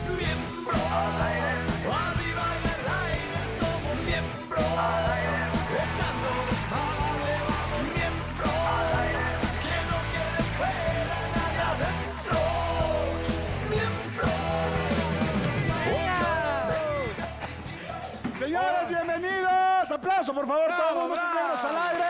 Miembro al aire, arriba y al aire somos miembro al aire, echando desmadre, miembro al aire, que no quede fuera nadie adentro, miembro. Señores, bienvenidos. Aplauso, por favor, todos los miembros al aire.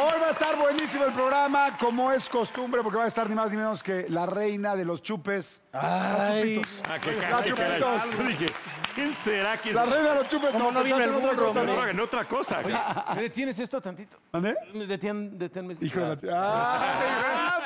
Hoy va a estar buenísimo el programa, como es costumbre, porque va a estar ni más ni menos que la reina de los chupes. Ah, que La caray, caray. chupitos. Yo Ah, dije, ¿quién será que La reina de los chupes. ¿Cómo no pues, vino hacen el otra burro, cosa, No, ¿no? no hagan otra cosa. güey. ¿Me detienes esto tantito? ¿Mande? Detén, deténme. este Ah, Hijo de la tía. Ah,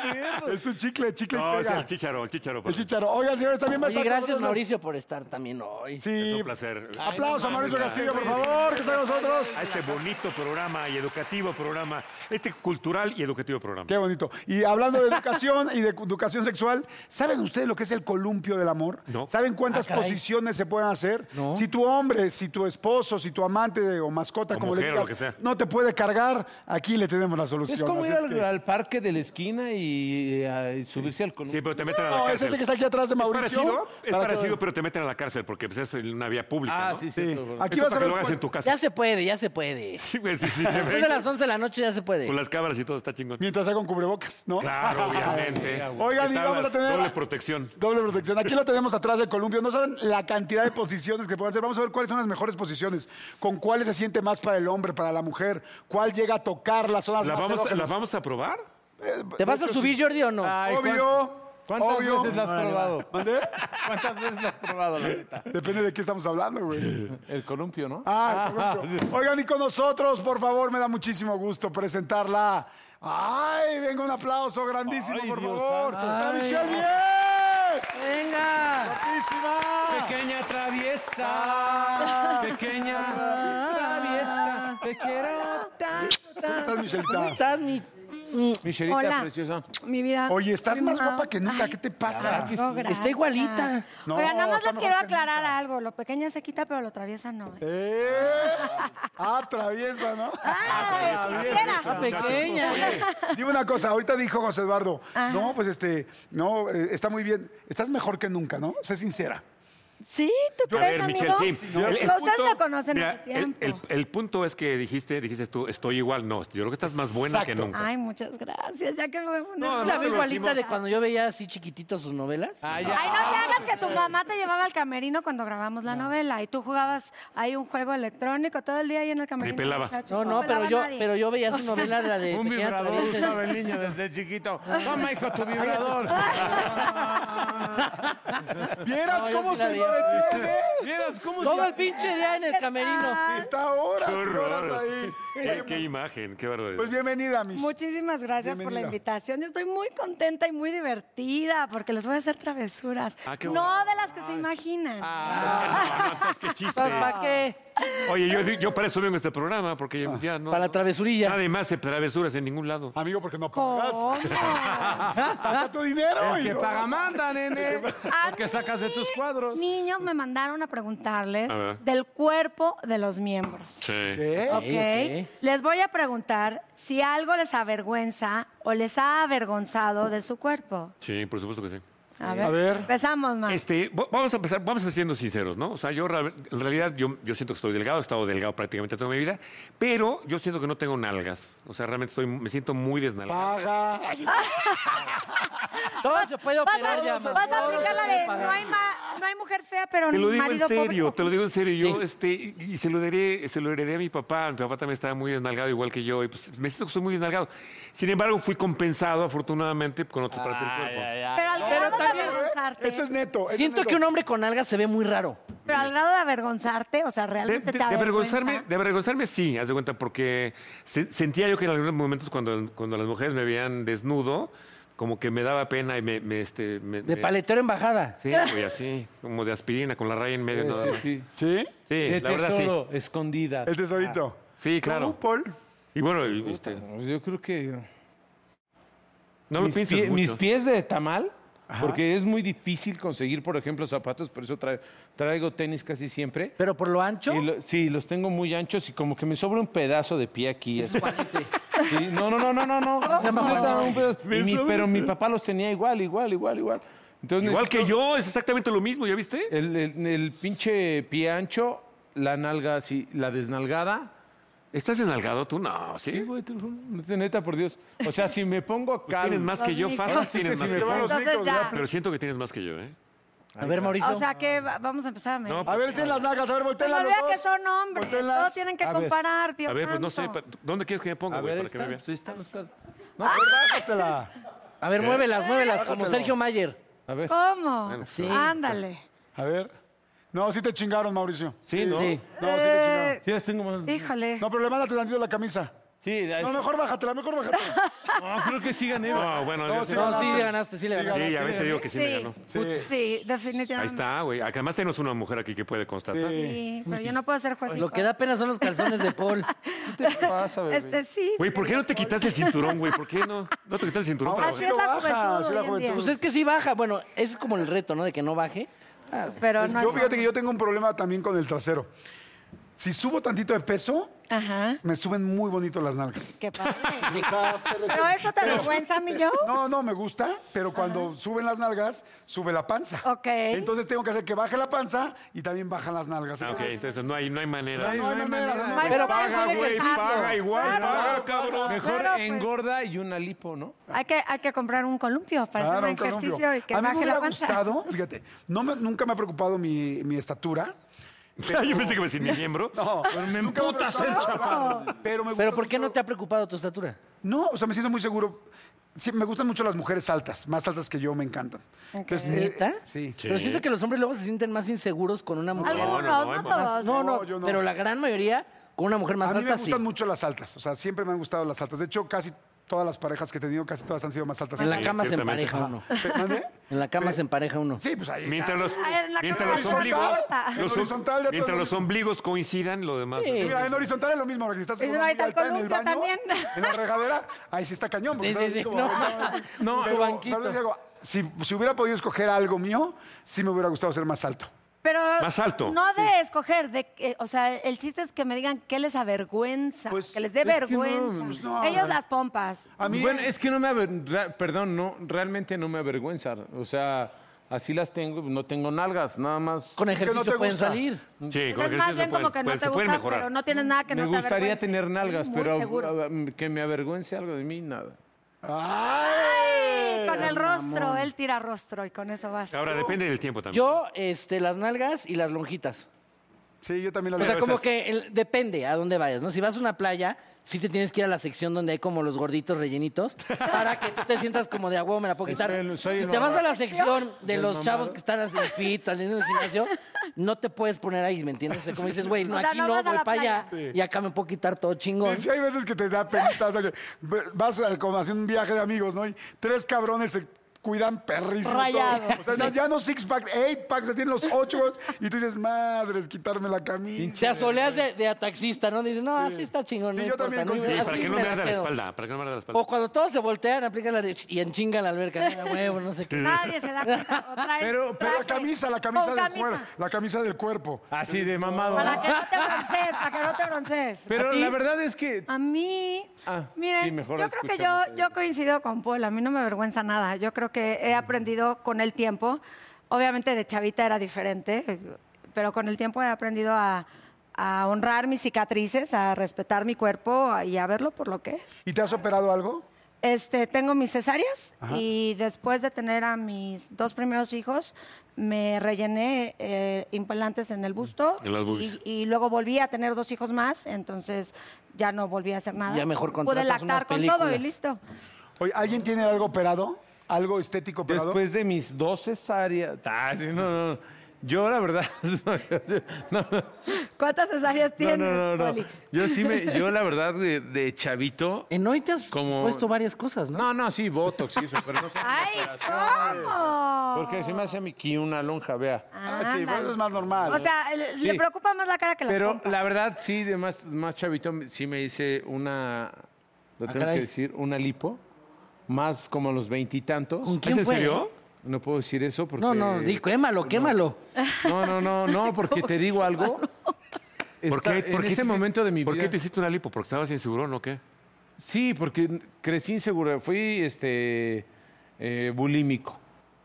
es tu chicle, chicle y No, es pega. el chicharo, el chicharo. El chicharo. Oigan, señores, también va a Oye, estar. gracias con nosotros- Mauricio por estar también hoy. Es Sí. un placer. Aplauso a Mauricio mames, Castillo, por favor, que está con nosotros. A este bonito programa y educativo programa, este cultural y educativo programa. Qué bonito. Y hablando de educación y de educación sexual, ¿saben ustedes lo que es el columpio del amor? No. ¿Saben cuántas Ah, caray. posiciones se pueden hacer? No. Si tu hombre, si tu esposo, si tu amante o mascota, O como mujer, le lo que sea. digas, no te puede cargar, aquí le tenemos la solución. Es como Así ir es al, que- al parque de la esquina y, eh, y subirse al Sí, columpio. pero te meten a la No, cárcel. es ese que está aquí atrás de ¿Es Mauricio. parecido? Es Para que- parecido, pero te meten a la cárcel porque pues, es en una vía pública. ah, ¿no? sí, Sí. sí. por- Aquí Esto vas a para que ver lo hagas cuál- en tu casa. Ya se puede, ya se puede. Sí, güey, sí, sí, te ven Después de las 11 de la noche ya se puede. Con las cámaras y todo, está chingón. Mientras haga con cubrebocas, ¿no? Claro, Ah, obviamente. Oigan, y Está vamos la a tener... Doble protección. Doble protección. Aquí lo tenemos atrás del columpio. No saben la cantidad de posiciones que pueden hacer. Vamos a ver cuáles son las mejores posiciones. Con cuáles se siente más para el hombre, para la mujer. Cuál llega a tocar las zonas ¿La más vamos, a- ¿La erógenas. vamos a probar? ¿Te vas a subir, Jordi, o no? Ay, ¿cuán- Obvio. ¿Cuántas obvio. veces la has Órale, va. probado? ¿Mandé? ¿Cuántas veces la has probado, la neta? Depende de qué estamos hablando, güey. El columpio, ¿no? Ah, el columpio. Oigan, y con nosotros, por favor, me da muchísimo gusto presentarla. Ay, venga un aplauso grandísimo, Ay, por Dios favor. santo. ¡A Ay. Michelle Viet! ¡Venga! ¡Guapísima! Pequeña Ah. traviesa, pequeña traviesa, te quiero tanto. ¿Cómo estás, ¿Cómo Michelita? estás, mi, Michelita Hola. preciosa. mi vida? Oye, estás más Wow. guapa que nunca. Ay, ¿Qué te pasa? que no, sí. gracias. Está igualita. No, Oiga, nada más está les quiero mejor que aclarar algo. Lo pequeña se quita, pero lo traviesa no. ¿eh? ¡Eh! Atraviesa, ¿no? Ah, Ah, Era. Pequeña. Dime una cosa, ahorita dijo José Eduardo, no, pues este, no, eh, está muy bien, estás mejor que nunca, ¿no? Sé sincera. Sí, ¿tú A crees, ver, Michelle, amigos? sí. No, El- el Ustedes punto- me conocen mira, hace tiempo. El, el- el punto es que dijiste, dijiste tú, estoy igual. No, yo creo que estás más buena que Exacto. nunca. Ay, muchas gracias. Ya que me voy a poner... No, la no, vi- no. igualita de cuando yo veía así chiquitito sus novelas. Ah, ya. Ay, no te hagas que tu mamá te llevaba al camerino cuando grabamos la novela y tú jugabas ahí un juego electrónico todo el día ahí en el camerino. pelaba. No, muchacho. no, pelaba pero yo, nadie. pero yo veía su novela, la de Un Pequeña vibrador Traviesa. usaba el niño desde chiquito. Toma, hijo, tu vibrador. ¿Vieras No, yo cómo sí la se vi. lo detiene? Vieras cómo Todo el se... pinche día en el camerino. Está horas, Qué y horas horror. ahí. Qué, qué imagen, qué barbaridad. Pues bienvenida, Mich. Muchísimas gracias por la Bienvenida. invitación. Yo estoy muy contenta y muy divertida porque les voy a hacer travesuras. no de las que se imaginan. Pues, Ah, qué chiste. ¿Para qué? Oye, yo, yo para eso vengo a este programa, porque ya- ya no. Para la travesurilla. Nadie más se travesuras en ningún lado. Amigo, porque no ¿Cómo? pagas. Saca tu dinero. El y que no. paga manda, nene. A El que sacas de tus cuadros. Niños me mandaron a preguntarles A ver. del cuerpo de los miembros. Sí. ¿Qué? ¿Ok? Les voy a preguntar si algo les avergüenza o les ha avergonzado de su cuerpo. Sí, por supuesto que sí. A ver, empezamos, más. Este, vo- vamos a empezar, vamos a ser siendo sinceros, ¿no? O sea, yo ra- en realidad yo, yo siento que estoy delgado, he estado delgado prácticamente toda mi vida, pero yo siento que no tengo nalgas. O sea, realmente estoy, me siento muy desnalgado. Paga. Todo se puede Vas a, operar ya. vas a aplicar la de no hay, ma- no hay mujer fea, pero Te lo digo en marido serio, pobre. te lo digo en serio. Yo, este, y y se lo, heredé, se lo heredé a mi papá. Mi papá también estaba muy desnalgado, igual que yo. Y pues me siento que soy muy desnalgado. Sin embargo, fui compensado, afortunadamente, con otras partes del cuerpo. Pero al grado de avergonzarte. Eso es neto. eso Siento es que neto. un hombre con algas se ve muy raro. Pero al grado de avergonzarte, o sea, De, realmente de- te de avergüenza. avergonzarme, de avergonzarme sí, haz de cuenta, porque se- sentía yo que en algunos momentos cuando, cuando las mujeres me veían desnudo, como que me daba pena y me... me, este, me- De me- paletero en bajada. Sí, güey, así, como de aspirina, con la raya en medio. nada más. Sí, ¿Sí? De la verdad sí. tesoro, Ah. escondida. El tesorito. Sí, ¿Tú, claro. Paul? Y bueno, y- este, Yo creo que... no lo Mis, pienses pie- mucho. mis pies de tamal, porque es muy difícil conseguir, por ejemplo, zapatos, por eso tra- traigo tenis casi siempre. Pero por lo ancho, Y lo- sí, los tengo muy anchos y como que me sobra un pedazo de pie aquí. así. Sí, no, no, no, no, no, no. Oh. Neta, un pedazo. Y mi- pero mi papá los tenía igual, igual, igual, igual. Entonces Igual que necesito yo, es exactamente lo mismo, ¿ya viste? El, el- el pinche pie ancho, la nalga así, la desnalgada. ¿Estás enalgado tú? No, ¿sí? Sí, güey, te lo juro, neta, por Dios. O sea, si me pongo Pues calvo. tienes más que Los yo, micos. fácil tienes Si más me que yo. van los Entonces micos, ya. Pero siento que tienes más que yo, ¿eh? a ver, Mauricio. O sea, que va- vamos a empezar a medir. No, pues, A ver, si las nalgas, a Se ver, me volteenlas los olvida dos. que son hombres, Voltéenlas. todos tienen que A ver. comparar, Dios A ver, pues no sé, santo. pa- ¿dónde quieres que me ponga, A güey, ver, para que me Eh, está, veas? sí, está, está. No, a ver, ¡Ah! bájatela. A ver, muévelas, muévelas, como Sergio Mayer. A ver. ¿Cómo? Sí. Ándale. A ver. No, sí te chingaron, Mauricio. Sí, ¿no? Sí. No, sí te chingaron. Sí, las tengo más. Híjole. No, pero levántate tantito la camisa. Sí, ahí No, sí. mejor bájatela, mejor bájatela. No, creo que sí gané. No, bueno, No, yo- sí, sí, No, sí le ganaste, sí le ganaste. ya ves, te Este digo que sí, me ganó. Sí, definitivamente. Ahí está, güey. Además tenemos una mujer aquí que puede constatar. Sí, pero yo no puedo ser juez. y Lo que da pena son los calzones de Paul. pasa, juez. bebé? Este sí. Güey, ¿por qué no te quitaste el cinturón, güey? ¿Por qué no? ¿No te quitaste el cinturón? Ahora para- Así Ah, sí es lo la baja, juventud así hoy la en juventud. día. Pues es que sí baja. Bueno, ese es como el reto, ¿no? De que no baje. Ah, Pero no hay Yo fíjate forma. que yo tengo un problema también con el trasero. Si subo tantito de peso, Ajá. me suben muy bonito las nalgas. Qué padre. O sea, Ah, pero Pero sí- eso te avergüenza, mi yo. No, no, me gusta, pero cuando suben las nalgas, sube la panza. Ok. Entonces tengo que hacer que baje la panza y también bajan las nalgas. Ah, ok, entonces no hay, no hay manera. No hay manera, no hay Pero manera. paga, Paga, güey, paga igual, Claro. paga, cabrón. Mejor Claro, pues. engorda y una lipo, ¿no? Hay que, hay que comprar un columpio para Claro, hacer un columpio. ejercicio y que a mí me baje hubiera la panza. gustado, fíjate, no me- nunca me ha preocupado mi, mi estatura. Yo pensé que me sin mi miembro. me emputas el chaparro. Pero me gusta Pero ¿por qué mucho- no te ha preocupado tu estatura? No, o sea, me siento muy seguro. Sí, me gustan mucho las mujeres altas, más altas que yo, me encantan. Entonces, eh, ¿Neta? sí. Pero siento que los hombres luego se sienten más inseguros con una mujer. no, Algunos, no, hay todos. No, no, No, yo no. pero la gran mayoría con una mujer más A mí me alta gustan sí. mucho las altas, o sea, siempre me han gustado las altas. De hecho, casi todas las parejas que he tenido, casi todas han sido más altas. En la que cama se ciertamente. empareja uno. yo. Pe- ¿Mande? En la cama se empareja uno. Sí, pues ahí. Mientras los, Ay, en la mientras cama los horizontal. ombligos, En los- horizontal de todo mientras el- los ombligos coincidan, lo demás. Sí. Mira, en horizontal es lo mismo, ahora que estás con Es una una amiga alta alta en el baño, columna también. en la regadera, ahí sí está cañón. porque Sí, sí, estás sí, así como- no. No, No, pero, tu banquito. ¿sabes algo? Si, si hubiera podido escoger algo mío, sí me hubiera gustado ser más alto. Pero Más alto. No de escoger, de, que- o sea, el chiste es que me digan qué les avergüenza, Pues, que les dé es que no, vergüenza. pues, no. Ellos las pompas. A mí, Bueno, es que no me aver- ra- perdón, no, realmente no me avergüenza. O sea, así las tengo, no tengo nalgas, nada más. Con no ejercicio te pueden gusta. salir. Sí, Entonces, con más ejercicio se bien pueden- como que no pueden- te se pueden gusta, mejorar. pero no tienes nada que me no te gustaría avergüence. tener nalgas, Muy pero seguro. ah, ah, que me avergüence algo de mí, nada. ¡Ay! Sí, con el rostro, él tira rostro y con eso vas. Ahora, depende del tiempo también. Yo, este, las nalgas y las lonjitas. Sí, yo también la O sea, veo. como esas- que el- depende a dónde vayas, ¿no? Si vas a una playa, sí te tienes que ir a la sección donde hay como los gorditos rellenitos para que tú te sientas como de agua, me la puedo quitar. Soy el- soy si el te vas a la mamado. sección de ¿El los mamado? chavos que están así fit, saliendo del gimnasio, no te puedes poner ahí, ¿me entiendes? O sea, como dices, güey, no, O sea, aquí no no, vas a voy la para allá playa. y acá me puedo quitar todo chingón. Sí, sí, hay veces que te da penita, o sea, que ve- vas a, como hacer un viaje de amigos, ¿no? Y tres cabrones se cuidan perrísimo. Rayado. todo. O sea, no, ya no six pack, eight pack, o sea, tienen los ocho, güey, y tú dices, madres, quitarme la camisa. Te asoleas de, de a taxista, ¿no? Dices, no, así está chingón, Sí, no yo importa, también ¿no? coincido. Sí, Así para que no me me la arda la quedo. espalda, para que no me arda la espalda. O cuando todos se voltean, aplican la de ch- y en chinga la alberca, ¿no? huevo, no sé qué. Nadie se da cuenta. o traes Pero- Pero la traje camisa, la camisa con del cuerpo. La camisa del cuerpo. Así de mamado. Para que no te broncees, para que no te broncees. Pero la verdad es que A mí, Ah, miren, sí, mejor yo creo que escuchamos yo, yo coincido con Paul, a mí no me avergüenza nada, yo creo que he aprendido con el tiempo, obviamente de chavita era diferente, pero con el tiempo he aprendido a, a honrar mis cicatrices, a respetar mi cuerpo y a verlo por lo que es. ¿Y te has operado algo? Este, tengo mis cesáreas y después de tener a mis dos primeros hijos, me rellené eh, implantes en el busto En las boobies. y, y luego volví a tener dos hijos más, entonces ya no volví a hacer nada. Ya mejor Pude contratas unas lactar con todo y películas. listo. Oye, ¿alguien tiene algo operado? ¿Algo estético operado? Después de mis dos cesáreas. Ah, sí, no, no, no. Yo, la verdad. No, no, ¿Cuántas cesáreas no, tienes, no, no, Poli? no. Yo sí me. Yo, la verdad, de, de chavito. En hoy Eh, te has Como- puesto varias cosas, ¿no? No, no, sí, botox y eso, pero no sé. ¡Ay, cómo! Porque se me hace a mí aquí una lonja, vea. Ah, sí, pues, Ándale. eso es más normal. ¿eh? O sea, le, Sí. le preocupa más la cara que la Pero pompa. la verdad, sí, de más, más chavito, sí me hice una. Lo Ah, tengo que caray. decir, una lipo. Más como a los veintitantos. ¿Con ¿Es quién en fue? serio? No puedo decir eso porque. No, no, di, quémalo, quémalo. No, no, no, no, porque te digo algo. ¿Por Está- qué, por en qué ese te- momento de mi ¿Por vida. qué te hiciste una lipo? ¿Porque estabas inseguro o qué? Sí, porque crecí inseguro. Fui este eh, bulímico,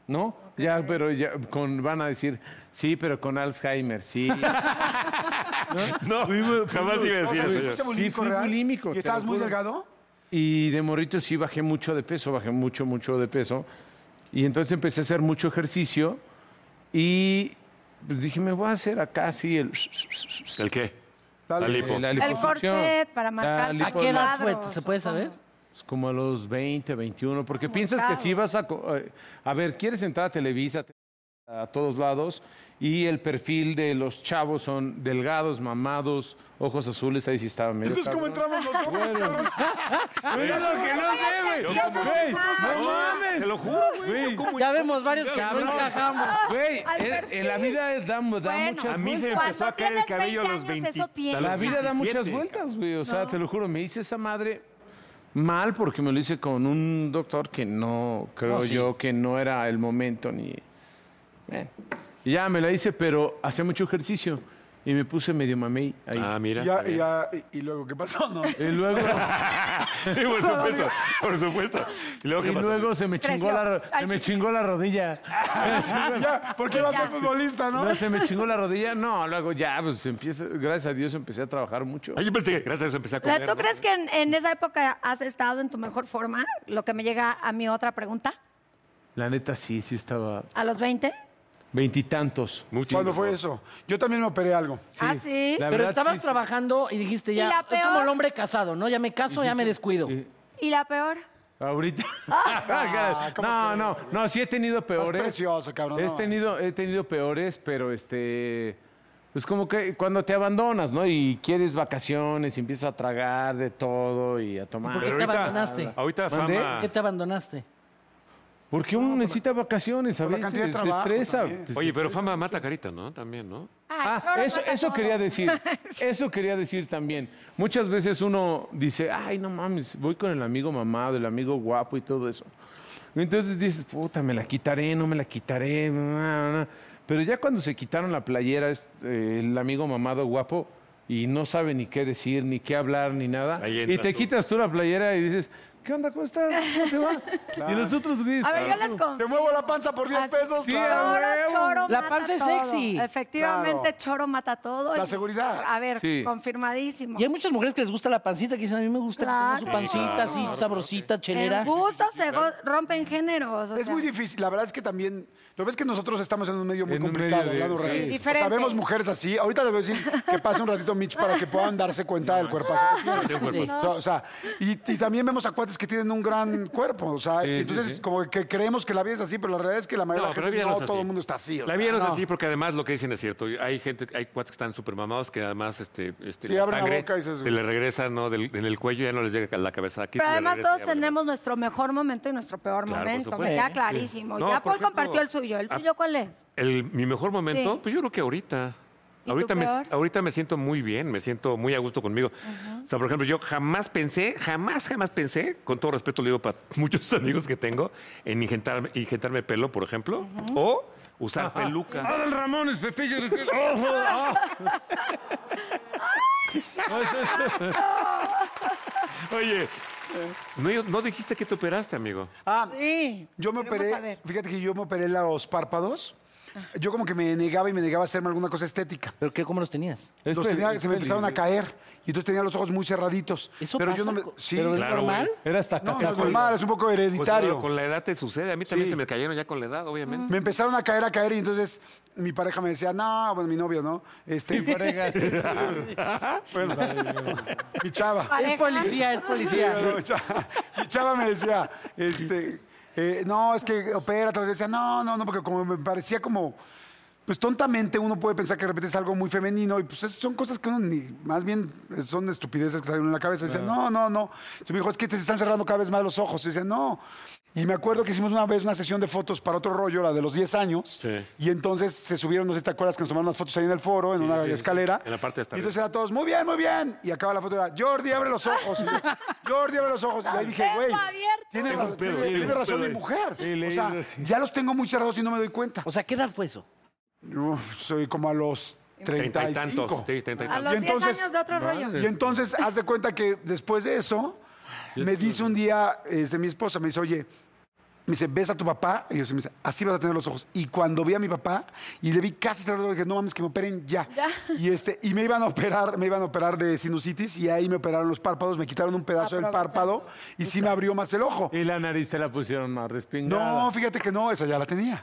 ¿no? Ya, pero ya con, van a decir, sí, pero con Alzheimer, sí. No, jamás iba a O sea, ¿se decir escucha eso. yo. bulímico fui real? bulímico, Pues ¿Y te estabas lo muy juro. delgado? Y de morrito sí bajé mucho de peso, bajé mucho, mucho de peso. Y entonces empecé a hacer mucho ejercicio y pues dije, me voy a hacer acá así el... ¿El qué? Dale. La lipo. la El liposucción. corset para La marcar. ¿A lipo- qué edad Cuadros, fue? ¿Se puede saber? Ah, Pues como a los 20, 21, porque Ah, piensas que morcado. si vas a... co- eh, A ver, quieres entrar a Televisa, te- a todos lados, y el perfil de los chavos son delgados, mamados, ojos azules, ahí sí estaba medio Entonces, ¿cómo cabrón. entramos nosotros? cabrón? Pero es lo que no sé, güey. Yo como- Güey, No no mames. mames, te lo juro, güey. yo como- Ya vemos varios que no encajamos. Güey, Al en- en la perfil. vida da, da muchas A mí se me vueltas. Cuando empezó a caer el tienes cabello a 20 los años, 20. eso piensas. a La los vida da muchas 27. vueltas, güey. O sea, te lo juro, me hice esa madre mal porque me lo hice con un doctor que no, creo No, Oh, sí. yo, que no era el momento ni... Bueno, ya me la hice, pero hacía mucho ejercicio y me puse medio mamey ahí. Ah, mira. Y ya- está y bien. ya- y- ¿Y luego qué pasó? No. y luego, Sí, por supuesto, por supuesto. Y luego, y ¿qué pasó? luego se, me chingó Creció. la, ro- Ay, se me sí. chingó la rodilla. Ya, ¿por qué vas a ser futbolista, no? Pues No, se me chingó la rodilla. No, luego ya, pues empieza, gracias a Dios empecé a trabajar mucho. Ay, yo pensé que gracias a eso empecé a comer. La- ¿Tú ¿no? crees que en, en esa época has estado en tu mejor forma? Lo que me llega a mi otra pregunta, La neta sí, sí estaba a los 20. veintitantos. Mucho. ¿Cuándo fue eso? Yo también me operé algo. Ah, sí. La Pero verdad, estabas sí, sí. trabajando y dijiste ya, ¿Y la es como peor? el hombre casado, ¿no? Ya me caso, ya me descuido. ¿Y la peor? Ahorita. Ah, ¿cómo no, Este, no, no, sí he tenido peores. precioso, cabrón, He no. tenido, he tenido peores, pero este. Pues como que cuando te abandonas, ¿no? Y quieres vacaciones y empiezas a tragar de todo y a tomar. ¿Por qué Pero te ahorita- abandonaste? Ahorita ¿Mandé? fama. ¿Qué te abandonaste? Porque uno necesita vacaciones a la veces. cantidad de se trabajo estresa. también. Te- Oye, pero fama mata carita, ¿no? También, ¿no? Ay, Ah, choro, eso, mata eso todo. quería decir. Eso quería decir también. Muchas veces uno dice, ay, no mames, voy con el amigo mamado, el amigo guapo y todo eso. Entonces dices, puta, me la quitaré, no me la quitaré. na, na, na". Pero ya cuando se quitaron la playera, es- eh, el amigo mamado guapo, y no sabe ni qué decir, ni qué hablar, ni nada. Ahí Y entras te tú. quitas tú la playera y dices, ¿qué onda? ¿Cómo estás? ¿Cómo te va?". Y los otros güeyes. A ver, yo les "Ah, con... Te muevo la panza por 10 pesos. Sí, claro. a huevo. Choro, choro La mata panza es todo. sexy. Efectivamente, Claro. choro mata todo. La Y- seguridad. A ver, Sí. confirmadísimo. Y hay muchas mujeres que les gusta la pancita, que dicen, a mí me gusta como Claro. su Ah, pancita, Sí, así, claro, sabrosita, chelera. En gusto se go- rompen géneros. o Es sea. muy difícil. La verdad es que también. Lo ves que nosotros estamos en un medio muy En un complicado, medio de- hablando sí. real. Sí, O sea, diferente. vemos mujeres así. Ahorita les voy a decir que pase un ratito Mitch para que puedan darse cuenta del cuerpazo. que tiene. Tiene un cuerpo. O sea, o sea, y, y también vemos a cuates que tienen un gran cuerpo. O sea, sí, entonces sí. como que creemos que la vida es así, pero la realidad es que la mayoría No, de pero la la gente vida no, no es así. todo el mundo está así. o La sea, vida no es no. así porque además lo que dicen es cierto. Hay gente, hay cuates que están súper mamados que además este, este, Sí, la abren la sangre boca y se- se les regresa ¿no? Del- en el cuello ya no les llega a la cabeza. Aquí se Pero les además regresa todos y abren la boca. tenemos nuestro mejor momento y nuestro peor Claro, por momento. Me supuesto. queda Sí. clarísimo. No, ya por Paul ejemplo, compartió el suyo. ¿El ah, tuyo cuál es? El- mi mejor momento, Sí. pues yo creo que ahorita. ¿Y Ahorita tu me, peor? ahorita me siento muy bien, me siento muy a gusto conmigo. O sea, por ejemplo, yo jamás pensé, jamás, jamás pensé, con todo respeto lo digo para muchos amigos que tengo, en ingentarme, ingentarme pelo, por ejemplo, o Ah, usar peluca. Ahora el Ramón es Ah. Pepillo. de- ¡Ojo! ¡Ah! No, eso es- este. Ah, Oye, no, yo- no dijiste que te operaste, amigo. Ah, Sí. Yo me Queremos operé, saber. fíjate que yo me operé los párpados yo como que me negaba y me negaba a hacerme alguna cosa estética. ¿Pero qué? ¿Cómo los tenías? Es Los peli- tenía- es se me empezaron a peligroso. caer y entonces tenía los ojos muy cerraditos. ¿Eso pero pasa? yo no me, co- sí, ¿Pero claro, es normal? Era hasta acá. no, no es normal, es un poco Pues, hereditario. claro, con la edad te sucede. A mí también Sí. se me cayeron ya con la edad, obviamente. Me empezaron a caer, a caer, y entonces mi pareja me decía, no, bueno, mi novio, ¿no? Este, mi pareja. Ah, bueno, mi chava. Es policía, es policía. Bueno, mi chava- mi chava me decía, este, eh, no, es que opera, tal vez. Yo decía, no, no, no, porque como me parecía como, pues tontamente uno puede pensar que de repente es algo muy femenino, y pues es- son cosas que uno ni, más bien eh, son estupideces que salen en la cabeza. Decía, no, no, no. Yo me dijo, es que te están cerrando cada vez más los ojos. Y decía, no. Y me acuerdo que hicimos una vez una sesión de fotos para otro rollo, la de los 10 años. Sí. Y entonces se subieron, no sé si te acuerdas, que nos tomaron unas fotos ahí en el foro, en una sí, sí. escalera. En la parte de hasta Y entonces era todos, muy bien, muy bien. Y acaba la foto, era, Jordi, abre los ojos. Y yo, Jordi, abre los ojos. Y ahí dije, güey, tiene, Tengo un pedo, ra- tiene- tiene tiene un razón pedo mi ahí. mujer. Y le O sea, hizo así. ya los tengo muy cerrados y no me doy cuenta. O sea, ¿qué edad fue eso? Yo soy como a los Treinta 35. y tantos. Sí, treinta y A tantos. los Y 10 entonces- años de otro rollo. Y entonces, haz de cuenta que después de eso, me dice un día este, mi esposa, me dice, oye, me dice, ¿ves a tu papá? Y yo sí, me dice, así vas a tener los ojos. Y cuando vi a mi papá y le vi casi cerrar los ojos, dije, no mames, que me operen ya. Y, este, y me iban a operar, me iban a operar de sinusitis y ahí me operaron los párpados, me quitaron un pedazo del párpado y sí me abrió más el ojo. Y la nariz te la pusieron más respingada. No, fíjate que no, esa ya la tenía.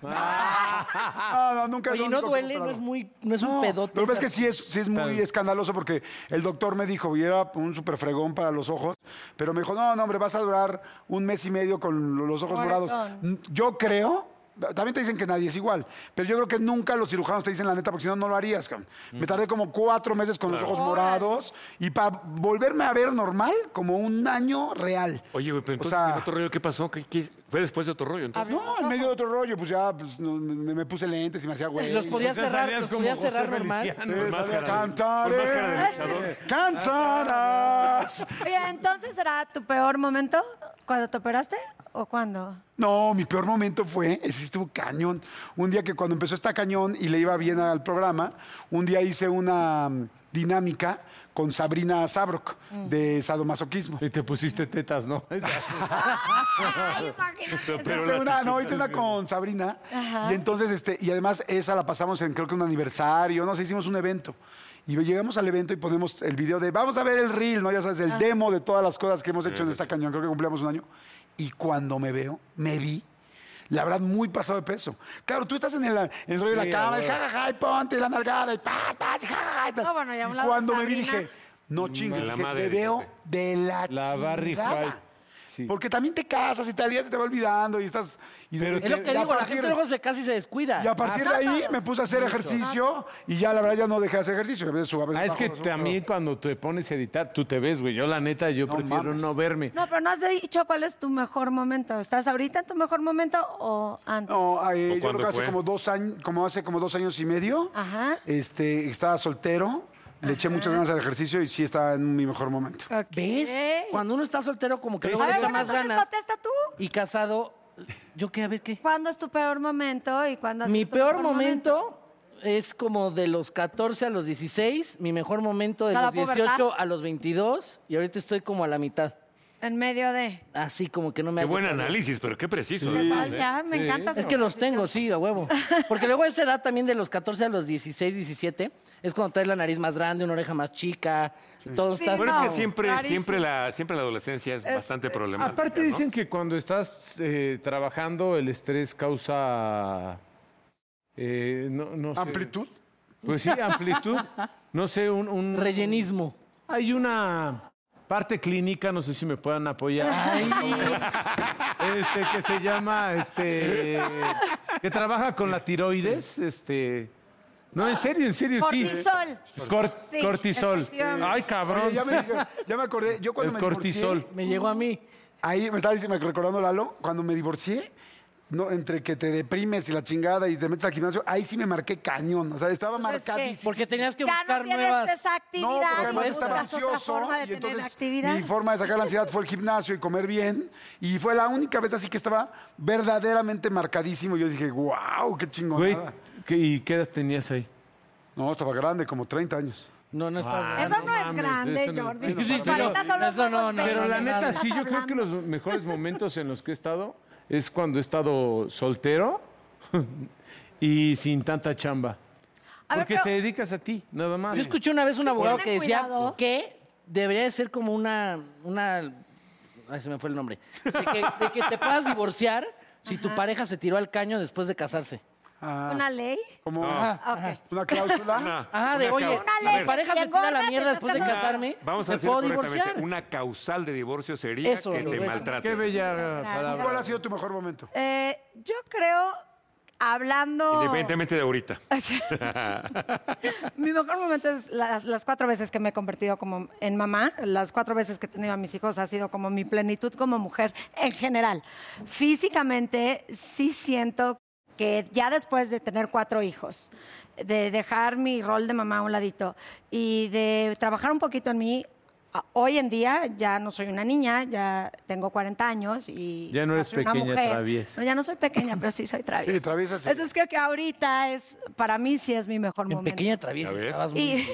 No, no, nunca. Oye, ¿y nunca no fue duele? ¿No es operado. muy, no es un No, pedote? Lo que esa- pasa es que sí es, sí es muy escandaloso porque el doctor me dijo, y era un super fregón para los ojos, pero me dijo, no, no, hombre, vas a durar un mes y medio con lo- los ojos Moretón. morados. N- Yo creo, también te dicen que nadie es igual, pero yo creo que nunca los cirujanos te dicen la neta porque si no, no lo harías. cabrón. Me tardé como cuatro meses con los ojos morados y para volverme a ver normal, como un año real. Oye, güey, pero O entonces, sea, ¿el otro rollo qué pasó? ¿Qué- qué- ¿Fue después de otro rollo? Entonces, Pues no, en medio de otro rollo, pues ya pues, no, me, me puse lentes y me hacía güey. ¿Los podías O sea, cerrar, Pues salías los como podías José cerrar normal? Feliciano. Con Sabía máscara de- cantar, con máscara de eh. luchador. Cantarás. Oye, entonces era tu peor momento cuando te operaste o cuándo? No, mi peor momento fue, ese estuvo cañón. Un día que cuando empezó esta cañón y le iba bien al programa, un día hice una mm, dinámica con Sabrina Sabrok Mm. de sadomasoquismo. Y te pusiste tetas, ¿no? Hice una, no, hice una con Sabrina. Y entonces, este, y además esa la pasamos en creo que un aniversario, no sé, hicimos un evento. Y llegamos al evento y ponemos el video de, vamos a ver el reel, ¿no? Ya sabes, Ah. el demo de todas las cosas que hemos hecho en esta cañón, creo que cumplíamos un año. Y cuando me veo, me vi. La verdad, muy pasado de peso. Claro, tú estás en el, en el rollo de la cama, y jajaja, y ponte la nalgada, y pa, pa, y jajaja. y tal. No, bueno, y a un Y lado cuando me vi, Sabrina. dije, no chingues, la dije, madre, me veo dijiste. de la La Barry chingada. White, sí. Porque también te casas y tal, y ya se te va olvidando y estás... Y Pero y Es lo que a digo, la partir- gente luego se casi se descuida. Y a partir de ahí me puse a hacer ejercicio y ya la verdad ya no dejé de hacer ejercicio. A veces subo, a veces Ah, es bajo, que a veces subo, también cuando te pones a editar, tú te ves, güey. Yo, la neta, yo prefiero mames. no verme. No, pero no has dicho cuál es tu mejor momento. ¿Estás ahorita en tu mejor momento o antes? No, eh, yo cuándo creo que hace fue? como dos años, como hace como dos años y medio, Ah. Ajá. este, estaba soltero, le eché muchas ganas al ejercicio y sí estaba en mi mejor momento. Ok. ¿Ves? Cuando uno está soltero, como que luego A le ver, echa bueno, más entonces ganas. contesta tú. Y casado, ¿yo qué? A ver, ¿qué? ¿Cuándo es tu peor momento y cuándo ha Mi sido tu peor momento es como de los 14 a los 16, mi mejor momento de O sea, los la pubertad. 18 a los 22 y ahorita estoy como a la mitad. En medio de. Así como que no me Qué hago- buen análisis, pero qué preciso. ¿Qué además, tal? ¿eh? Ya, me encanta. Es su que los posición. tengo, sí, a huevo. Porque luego a esa edad también de los 14 a los 16, 17, es cuando traes la nariz más grande, una oreja más chica, todo está... Bueno, es No, que siempre, clarísimo. siempre, la, siempre la adolescencia es, eh, bastante problemática. Aparte ¿no? dicen que cuando estás eh, trabajando, el estrés causa... eh, no, no sé. ¿Amplitud? Pues sí, amplitud. No sé, un... un- Rellenismo. Hay una parte clínica, no sé si me puedan apoyar. Este, que se llama, este... Que trabaja con la tiroides, este... No, en serio, en serio, sí. Cortisol. Cor- Sí, cortisol. efectivamente. Ay, cabrón. Oye, ya, me, dije- ya me acordé, yo cuando el me cortisol. divorcié, Me llegó a mí. ahí me estaba diciendo, recordando Lalo, cuando me divorcié, no, entre que te deprimes y la chingada y te metes al gimnasio, ahí sí me marqué cañón, o sea, estaba Pues es que- marcadísimo. Porque tenías que ya buscar no tienes nuevas... esa actividad. No, porque además y estaba buscas otra ansioso forma de y tener entonces actividad. mi forma de sacar la ansiedad fue el gimnasio y comer bien y fue la única vez así que estaba verdaderamente marcadísimo. Yo dije, wow, qué Güey, chingonada. ¿qué- ¿y qué edad tenías ahí? No, estaba grande, como 30 años. No, no estás... Ah, Eso no, no es mames, grande, eso no- Jordi. Sí, Los sí, pero- 40 solo eso no, somos no, Pero no, la no, neta, nada. sí, yo creo que los mejores momentos en los que he estado es cuando he estado soltero y sin tanta chamba. A ver, Porque pero- te dedicas a ti, nada más. Yo escuché una vez un abogado tengan que decía cuidado. que debería de ser como una, una... Ay, se me fue el nombre. De que, de que te puedas divorciar si tu pareja se tiró al caño después de casarse. ¿Una ley? Como Ah, ok. una cláusula. Ajá, Ah, de Una oye, cau- Una si ley mi pareja que se tira a la engorda, mierda se después de trata- casarme, Vamos a me decir puedo correctamente, divorciar. una causal de divorcio sería Eso, que te eso. Qué maltrates. bella palabra. ¿Cuál ha sido tu mejor momento? Eh, yo creo, hablando... Independientemente de ahorita. Mi mejor momento es las, las cuatro veces que me he convertido como en mamá, las cuatro veces que he tenido a mis hijos ha sido como mi plenitud como mujer en general. Físicamente sí siento que ya después de tener cuatro hijos, de dejar mi rol de mamá a un ladito y de trabajar un poquito en mí, a- hoy en día ya no soy una niña, ya tengo 40 años y Ya no eres soy una pequeña mujer. traviesa. No, ya no soy pequeña, pero sí soy traviesa. Sí, traviesa sí. Entonces creo que ahorita es, para mí sí es mi mejor En momento. pequeña traviesa ¿Ya ves? estabas muy... Y,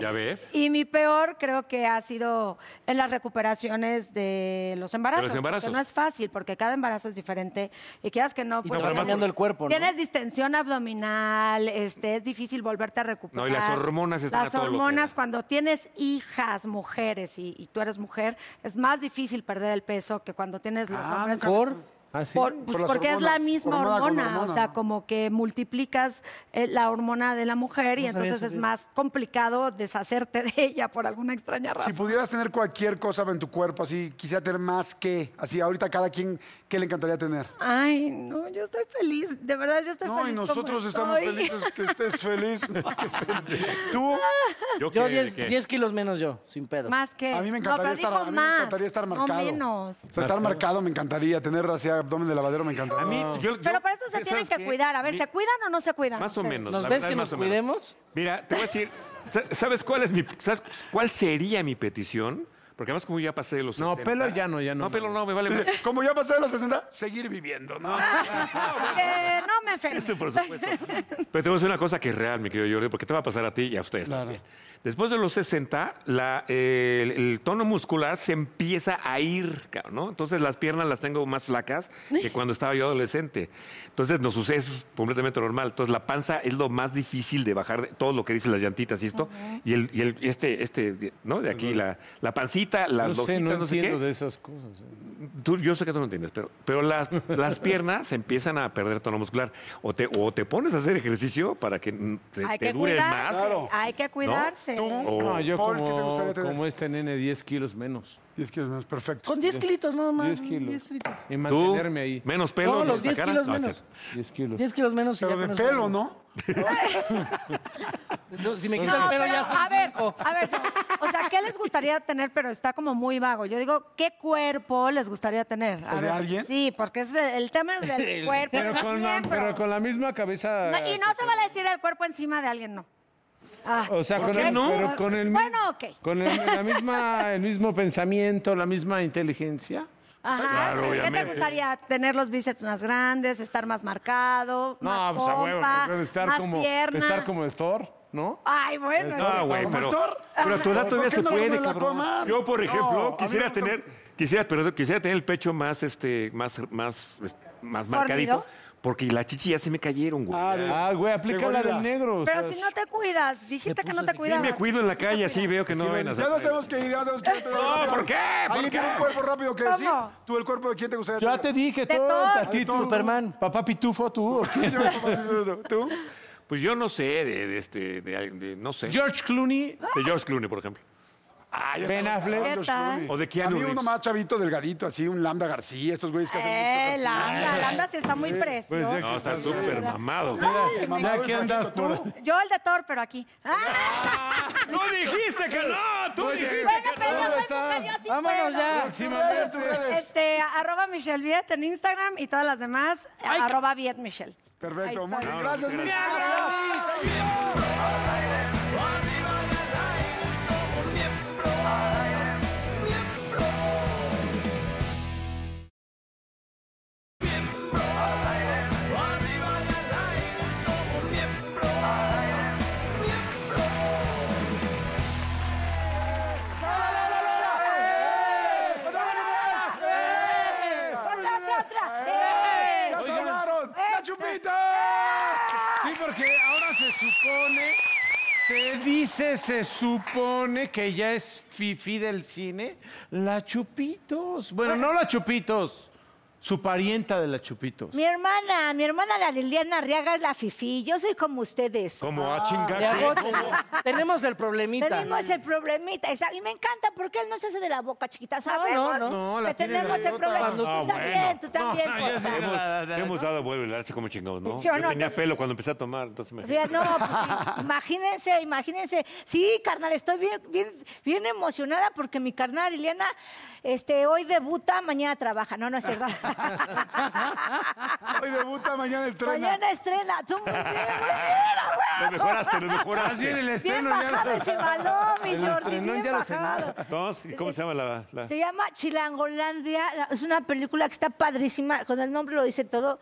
¿Ya ves? y mi peor creo que ha sido en las recuperaciones de los embarazos. porque embarazos. No es fácil porque cada embarazo es diferente y quieras que no. te va tienes- cambiando el cuerpo, ¿no? Tienes distensión abdominal, este, es difícil volverte a No, recuperar. y las hormonas están Las a todo lo que hormonas da. cuando tienes hijas, mujeres y, y tú eres mujer, es más difícil perder el peso que cuando tienes los Ah, hombres. nunca- Por... Ah, ¿sí? Por- pues Por las porque es la hormonas. misma Hormona hormona, con o hormona, sea, ¿no? como que multiplicas eh, la hormona de la mujer y entonces es más complicado deshacerte de ella por alguna extraña Si razón. pudieras tener cualquier cosa en tu cuerpo, así, quisiera tener más que, así, ahorita cada quien, ¿qué le encantaría tener? Ay, no, yo estoy feliz, de verdad yo estoy No, feliz. y como nosotros estamos estoy. felices que estés feliz. Qué feliz. Tú, Yo qué- 10 qué? 10 kilos menos yo, sin pedo. Más que a mí me No, pero encantaría, estar, dijo a mí me más, encantaría estar no marcado. menos. O sea, estar marcado me encantaría, tener así abdomen de lavadero me encantaría. A mí, yo- yo- Pero para eso se ¿sabes tienen que qué? cuidar. A ver, Mi- ¿se cuidan o no se cuidan? Más o ustedes? menos. ¿Nos la ves verdad, que más nos o menos. cuidemos? Mira, te voy a decir, sa- ¿sabes cuál es mi, sabes cuál sería mi petición? Porque además como ya pasé de los No, 60. pelo ya no, ya no. No, pelo no, me vale. Como ya pasé de los 60, seguir viviendo, ¿no? Eh, no me enfermo. Eso, por supuesto. Pero te voy a decir una cosa que es real, mi querido Jordi, porque te va a pasar a ti y a ustedes también. Después de los 60, la, eh, el, el tono muscular se empieza a ir, cabrón, ¿no? Entonces las piernas las tengo más flacas que cuando estaba yo adolescente. Entonces nos sucede, eso es completamente normal. Entonces la panza es lo más difícil de bajar, de- todo lo que dicen las llantitas y esto. Y, el, y el- y este, este, ¿no? De aquí, la, la pancita, las no sé, no lonjitas, no sé entiendo qué. de esas cosas. ¿eh? Tú- yo sé que tú no entiendes, pero, pero las, las piernas empiezan a perder tono muscular. O te, o te pones a hacer ejercicio para que mm, te, Hay te que Ah, dure cuidarse. más. Claro. Hay que cuidarse. O- No, Oh. yo Paul, ¿qué te como, gustaría tener? como este nene, 10 kilos menos. 10 kilos menos, perfecto. Con 10 kilitos, no más. 10 kilos. 10 kilitos. Y tú, mantenerme ahí. menos pelo. No, en los la 10 cara. kilos Ah, No, menos. sí. 10 kilos. 10 kilos menos y Pero ya de con eso- pelo, ¿no? No, si me quito No, el pelo pero, ya son a ver, cinco. a ver, yo- o sea, ¿qué les gustaría tener? Pero está como muy vago. Yo digo, ¿qué cuerpo les gustaría tener? A ¿El de ver, alguien? Sí, porque es el, el tema es del cuerpo. Pero los con, la, miembros. pero con la misma cabeza. No, y no se vale decir el cuerpo encima de alguien, no. Ah, O sea, con ¿ok? el, pero con el mi- Bueno, ok. Con el, la misma, el mismo pensamiento, la misma inteligencia. Ajá. Claro, ¿Qué te obviamente. gustaría? ¿Tener los bíceps más grandes? ¿Estar más marcado? No, más pues a huevo. pompa, prefiero Estar más como, pierna. estar como el Thor, ¿no? Ay, bueno. No, Ah, eso- güey, ¿Como pero, actor? pero a tu edad ¿Por todavía qué se no me puede, la cabrlo. coman? Yo, por No, a ejemplo, mí quisiera me gusta- tener, quisiera, perdón, quisiera tener el pecho más, este, más, más, más marcadito, porque las chichis ya se me cayeron, güey. Ah, de- eh. Ah, güey, aplica la gorila. del negro. o Pero sea, si no te cuidas, dijiste que no te Sí cuidabas. me cuido en la calle, así veo que no Aquí ven ven- las Ya nos tenemos que ir, ya nos tenemos que ir. pero- No, ¿por qué? ¿Por ¿Alguien qué? tiene un cuerpo rápido que ¿Cómo? decir? ¿Tú el cuerpo de quién te gustaría Ya te tener? dije, De Thor, Thor. a ti, tú. Superman. Papá Pitufo, tú. ¿Tú? Pues yo no sé, de, de este, de, alguien, de- no sé. George Clooney, De George Clooney, por ejemplo. Ah, Ben Affleck. ¿Qué tal? O de A Keanu mí uno Reeves. más chavito, delgadito, así, un Lambda García, estos güeyes que hacen mucho Eh, ejercicio. Lambda, Lambda sí está muy precioso. No, está súper mamado. Mamado Ya y que andas flaquito, por... ¿tú? Yo el de Thor, pero aquí. Ah, ¡Tú dijiste que no! ¡Tú dijiste bueno, que pero yo no! soy mujer, estás? yo sí Vámonos puedo. ya. Redes, tus Próximamente. redes. Este, arroba Michelle Viet en Instagram y todas las demás, arroba Viet Michelle. Perfecto, Ahí muy está. bien. Gracias, Michelle. Gracias. ¡Otra, otra, otra! ¡Eh! ¡Ya sonaron! Eh. ¡Eh! ¡Eh! ¡La chupita! Se dice, se supone que ya es fifi del cine, la Chupitos. Bueno, no la Chupitos, su parienta de la Chupitos. Mi hermana, mi hermana la Liliana Arriaga es la Fifi, yo soy como ustedes. Como a chingar. De ¿qué? agote. Tenemos el problemita. Tenemos el problemita, esa- y me encanta porque él no se hace de la boca chiquita, sabemos Ah, no, no. No, la que tiene tenemos el grandota. problema. Tú Ah, también, bueno. tú también. No, Porta. yo sí era Hemos, la- la- hemos dado vuelo el arce como chingados, ¿no? Sí, ¿o Yo no? tenía Entonces- pelo cuando empecé a tomar, entonces me... Fíjate, No, pues, sí, imagínense, imagínense. Sí, carnal, estoy bien, bien, bien emocionada porque mi carnal Liliana, este, hoy debuta, mañana trabaja. No, no es cierto. Hoy debuta, mañana estrena. mañana estrena. Tú muy bien, muy bien, a Lo huevo. mejoraste, lo Más bien mejoraste. el Bien estreno ya bajado lo- ese balón, mi El Jordi, estrenón bien ya lo tenía. bajado. Entonces, ¿y ¿Cómo se llama la...? la- Se llama Chilangolandia. Es una película que está padrísima. Con el nombre lo dice todo.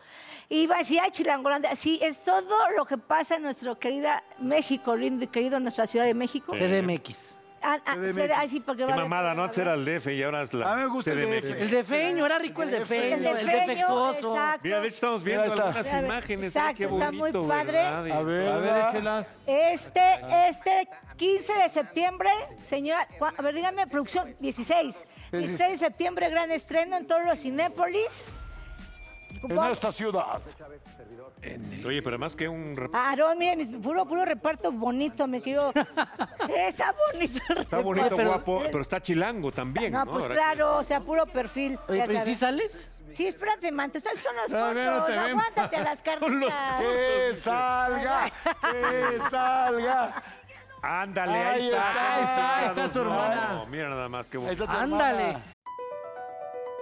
Y va a decir, ay, Chilangolandia. Sí, es todo lo que pasa en nuestro querida México, lindo y querido, nuestra Ciudad de México. CDMX. Ah, ah, CDMX. será- ay, sí, porque Qué va a- mamada, ¿no? Antes era el DF y ahora es la... A mí me gusta el TDMX. DF. El defeño, era rico el defeño, el, defeño, defectuoso. exacto. Mira, de hecho estamos Mira, viendo ahí está. algunas Mira, a ver, imágenes. exacto, qué está muy bonito, padre. ¿verdad? A ver, a ver, échelas. Este, este 15 de septiembre, señora, cua- a ver, dígame, producción, 16. 16 de septiembre, gran estreno en todos los Cinépolis. En esta ciudad. Oye, pero más que un... rep- Aarón, mire, mis- puro, puro reparto bonito, me quiero. Está bonito. el Está bonito, reparto. Pero- guapo, pero está chilango también, ¿no? No, pues Ahora que- claro, o sea, puro perfil. Oye, ya pero ¿y si sabes. sales? Sí, espérate, manto, estos son los No, no, no cortos, te vemos. aguántate a las carnitas. ¡Que salga! ¡Que salga! Ándale, ahí Ahí está. está, ahí está, ahí está tu No, hermana. mira nada más, qué Ahí bonito. está tu Ándale. hermana.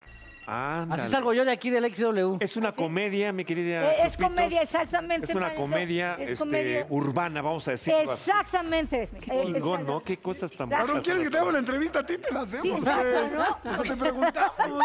Así Ándale. salgo yo de aquí del XW. Es una comedia, mi querida. Eh, es Chupitos. comedia, exactamente, Es una manito. comedia, Es este, comedia. urbana, vamos a decir. Exactamente. eh, Chingón, ¿no? exacto. Qué cosas tan Claro. buenas. Cabrón, ¿quieres que te hagamos la entrevista? A ti te la hacemos, güey. exacto, ¿no? Eso te preguntamos.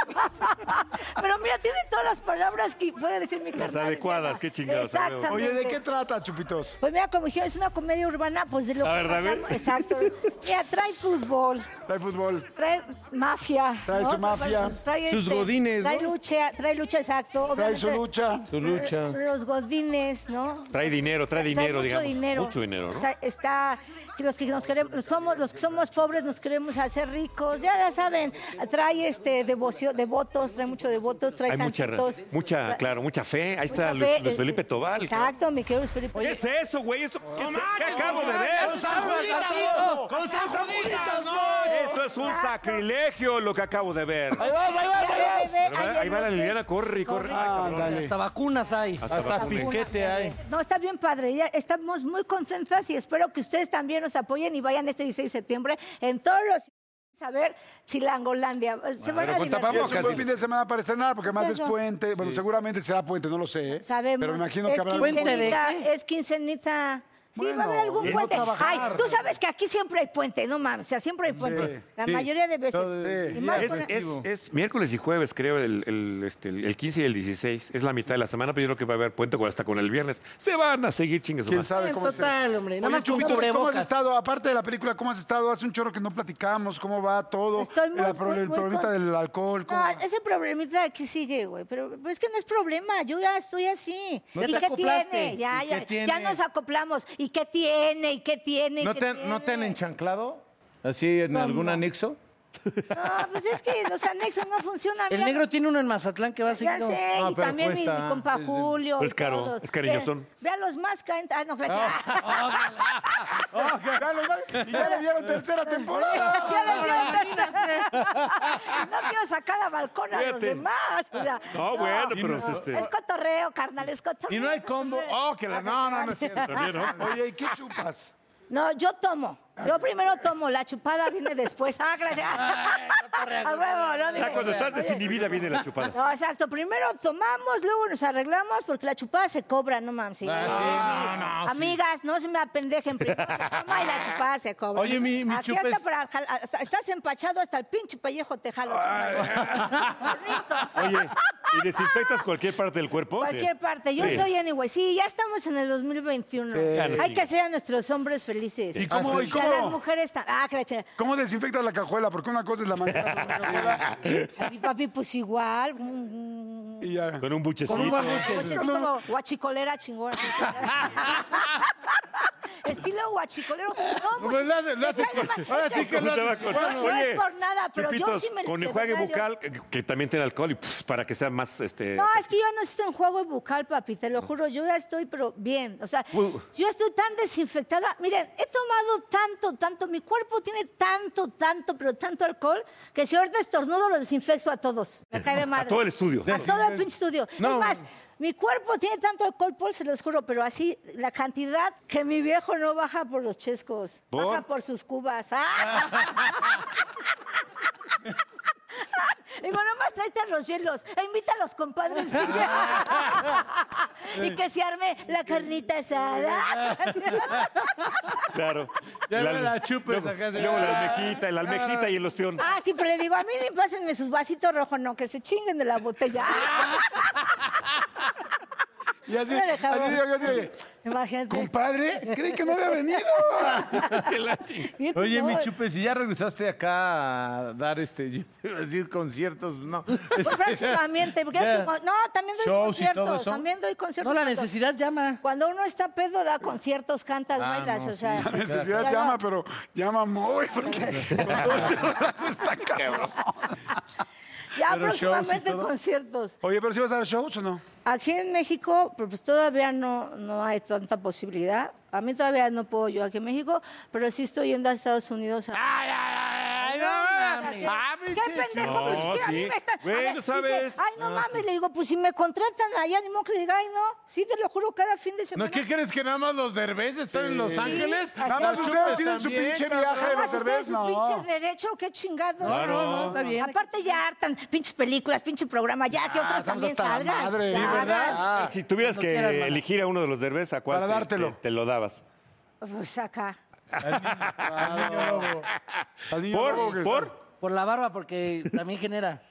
Pero mira, tiene todas las palabras que puede decir mi carnal. adecuadas, qué chingados, Exactamente. Oye, ¿de qué trata, Chupitos? Pues mira, como dijeron, es una comedia urbana, pues de lo A que ver, a ver. pasamos- Exacto. Mira, trae fútbol, Hay fútbol. trae mafia. Trae su mafia. Trae, este, Sus godines, Trae ¿no? lucha, trae lucha, exacto. Trae su obviamente. lucha. Tu lucha. Los godines, ¿no? Trae dinero, trae dinero, mucho digamos. dinero. Mucho dinero, ¿no? O sea, está que los que nos queremos, somos los que somos pobres nos queremos hacer ricos, ya la saben. Trae este devoción, devotos, trae mucho devotos, trae Hay mucha, santitos. mucha, claro, mucha fe. este, Ahí está Mucha Luis, fe, Luis eh, Felipe Tobal. cabrón. Exacto, mi querido Luis Felipe. ¿Qué es eso, güey? ¿Eso, ¿Qué, es- qué acabo de ver? ¡Con San Juditas, no! Eso es un sacrilegio lo que acabo de ver. Ahí vas, ahí vas, va, ahí va la Liliana, corre, corre. Ah, Ay, cabrón. Ándale. Hasta vacunas hay. Hasta Hasta vacuné. piquete hay. No, está bien padre. Ya estamos muy contentas y espero que ustedes también nos apoyen y vayan este 16 de septiembre en todos los a ver Chilangolandia. Se van a con divertir. Y tapabocas, es un buen fin de semana para estrenar, porque además es Exacto. puente. Bueno, seguramente será puente, no lo sé. ¿eh? Sabemos. Pero me imagino es que habrá... Puente de- quincenita, Es quincenita. Sí, va a haber Bueno, algún es no puente. Ay, trabajar. tú sabes que aquí siempre hay puente, no mames. O sea, siempre hay puente. La mayoría de veces. Sí. Y más Es, con- es- es miércoles y jueves, creo, el, el, este, el- el 15 y el 16. Es la mitad de la semana, pero yo creo que va a haber puente con- hasta con el viernes. Se van a seguir chingues. ¿Quién sabe En cómo esté. total, hombre, nada Oye, más con Chupitos, ¿cómo has cubrebocas. estado? Aparte de la película, ¿cómo has estado? Hace un chorro que no platicamos, ¿cómo va todo? Estoy muy, el, pro- muy, el muy problemita con- del alcohol, ¿cómo No, va? ese problemita aquí sigue, güey. Pero, pero es que no es problema. Yo ya estoy así. Ya ¿Y te qué acoplaste. tiene? Ya, ¿Y ya, qué tiene? ya nos acoplamos. ¿Y qué tiene? ¿Y qué tiene? ¿Y ¿No qué te, han- ¿No te han tiene? enchanclado? ¿Así en algún anexo? No, pues es que los anexos no funcionan. El mira, negro tiene uno en Mazatlán que va Ya seguido. sé, No, y pero también mi, cuesta. mi compa Es de- Julio. Pues caro, es cariñosón. Ve, a los más caen. Ah, no, claro. Ah, ya le va- Y ya le dieron tercera temporada. Ya les dio tanta- No quiero sacar a balcón a los Fíjate. demás. o sea, No, bueno, pero es este- Es cotorreo, carnal, es cotorreo. Y no hay combo. Oh, que la. No, no, no es cierto. También, ¿no? Oye, ¿y qué chupas? No, yo tomo. Yo primero tomo, la chupada viene después. Ah, gracias. cotorreo, A huevo, no O sea, dime. cuando estás Oye, desinhibida viene la chupada. No, exacto. Primero tomamos, luego nos arreglamos, porque la chupada se cobra, no mames. Sí, Ah, sí, no, no, sí. Amigas, no se me apendejen. Primero se toma y la chupada se cobra. Oye, mi- mi Aquí chupa hasta es- para jal- hasta- estás empachado hasta el pinche pellejo te jalo. pues chaval. Bonito. Oye, ¿y desinfectas cualquier parte del cuerpo? Cualquier Sí. parte. Yo Sí. soy anyway. Sí, ya estamos en el 2021. Hay que hacer a nuestros hombres felices. Ah, ¿Y cómo? ¿Y Y a las cómo? mujeres también. Ah, que la chingada. ¿Cómo desinfectas la cajuela? Porque una cosa es la manguera. A mi papi, pues igual. mm, y ya. Con un buchecito. Con un sí. guachicolera como guachicolera chingona. Estilo guachicolero. No, Pues lo hace- lo hace- muchachos, me sale mal. ahora Es sí que lo hace- Estaba con- No, no Oye, es por nada, pero yo chupitos, sí me... Con de enjuague verdad, yo- bucal, que, que también tiene alcohol, y pf, para que sea más... Este, No, es que yo no estoy en juego bucal, papi, te lo juro. Yo ya estoy, pero bien. O sea, Uh. yo estoy tan desinfectada. Miren, he tomado tanto, tanto. Mi cuerpo tiene tanto, tanto, pero tanto alcohol que si ahorita estornudo lo desinfecto a todos. Me cae de madre. todo el estudio. A todo el pinche estudio. No. Es más, mi cuerpo tiene tanto alcohol, Paul, se los juro, pero así, la cantidad que mi viejo no baja por los chescos. ¿Por? Baja por sus cubas. ¡Ah! Digo, nomás tráete a los hielos e invita a los compadres. y que se arme la carnita asada. Claro. Ya El no alme- la chupes luego- acá, se- Luego la almejita, la almejita y el ostión. ah, sí, pero le digo, a mí ni pásenme sus vasitos rojos, no, que se chinguen de la botella. Ah, Y así, Órale, así cabrón. digo, yo digo, Imagínate. compadre, creí que no había venido. Fíjate, Oye, no, mi chupe, si ya regresaste acá a dar este, yo iba a decir conciertos, no. Pues, Este, Próximamente, porque ya. hace con- no, también doy Shows y todo conciertos, eso. también doy No, conciertos. la cuando- necesidad llama. Cuando uno está pedo, da conciertos, cantas, Ah, bailas, no, o sea. sí. La necesidad Ya no. llama, pero llama muy, porque con todo este relajo está cabrón. Ya Pero shows y próximamente todo. conciertos. Oye, pero si vas a dar shows o no? Aquí en México, pues todavía no, no hay tanta posibilidad. A mí todavía no puedo yo aquí en México, pero sí estoy yendo a Estados Unidos. a- Ay, ay, ay, no, mames. mames, ¿Qué chichi. pendejo? pues No, que a mí sí. me están. a Güey, ver, no sabes. dice, ay, no, mames. Le digo, pues si me contratan allá, ni modo que le diga, ay, no. Sí, te lo juro, cada fin de semana. ¿No qué crees que nada más los derbez están en Los Ángeles? Nada más Los ustedes chupes tienen su también, pinche cabrón. viaje de Hagan los ustedes cervezas. su pinche No. derecho, qué chingado. Claro. No, no, está bien. Aparte ya hartan pinches películas, pinche programa, ya Ah, que otros también hasta la salgan. madre. Ya, Sí, ¿verdad? Ah, si tuvieras que quieras, mana. elegir a uno de los derbez, ¿a cuál Para te- dártelo. Te, te lo dabas? Pues acá. Al niño lobo ¿Por? que está- ¿Por? Por la barba, porque también genera.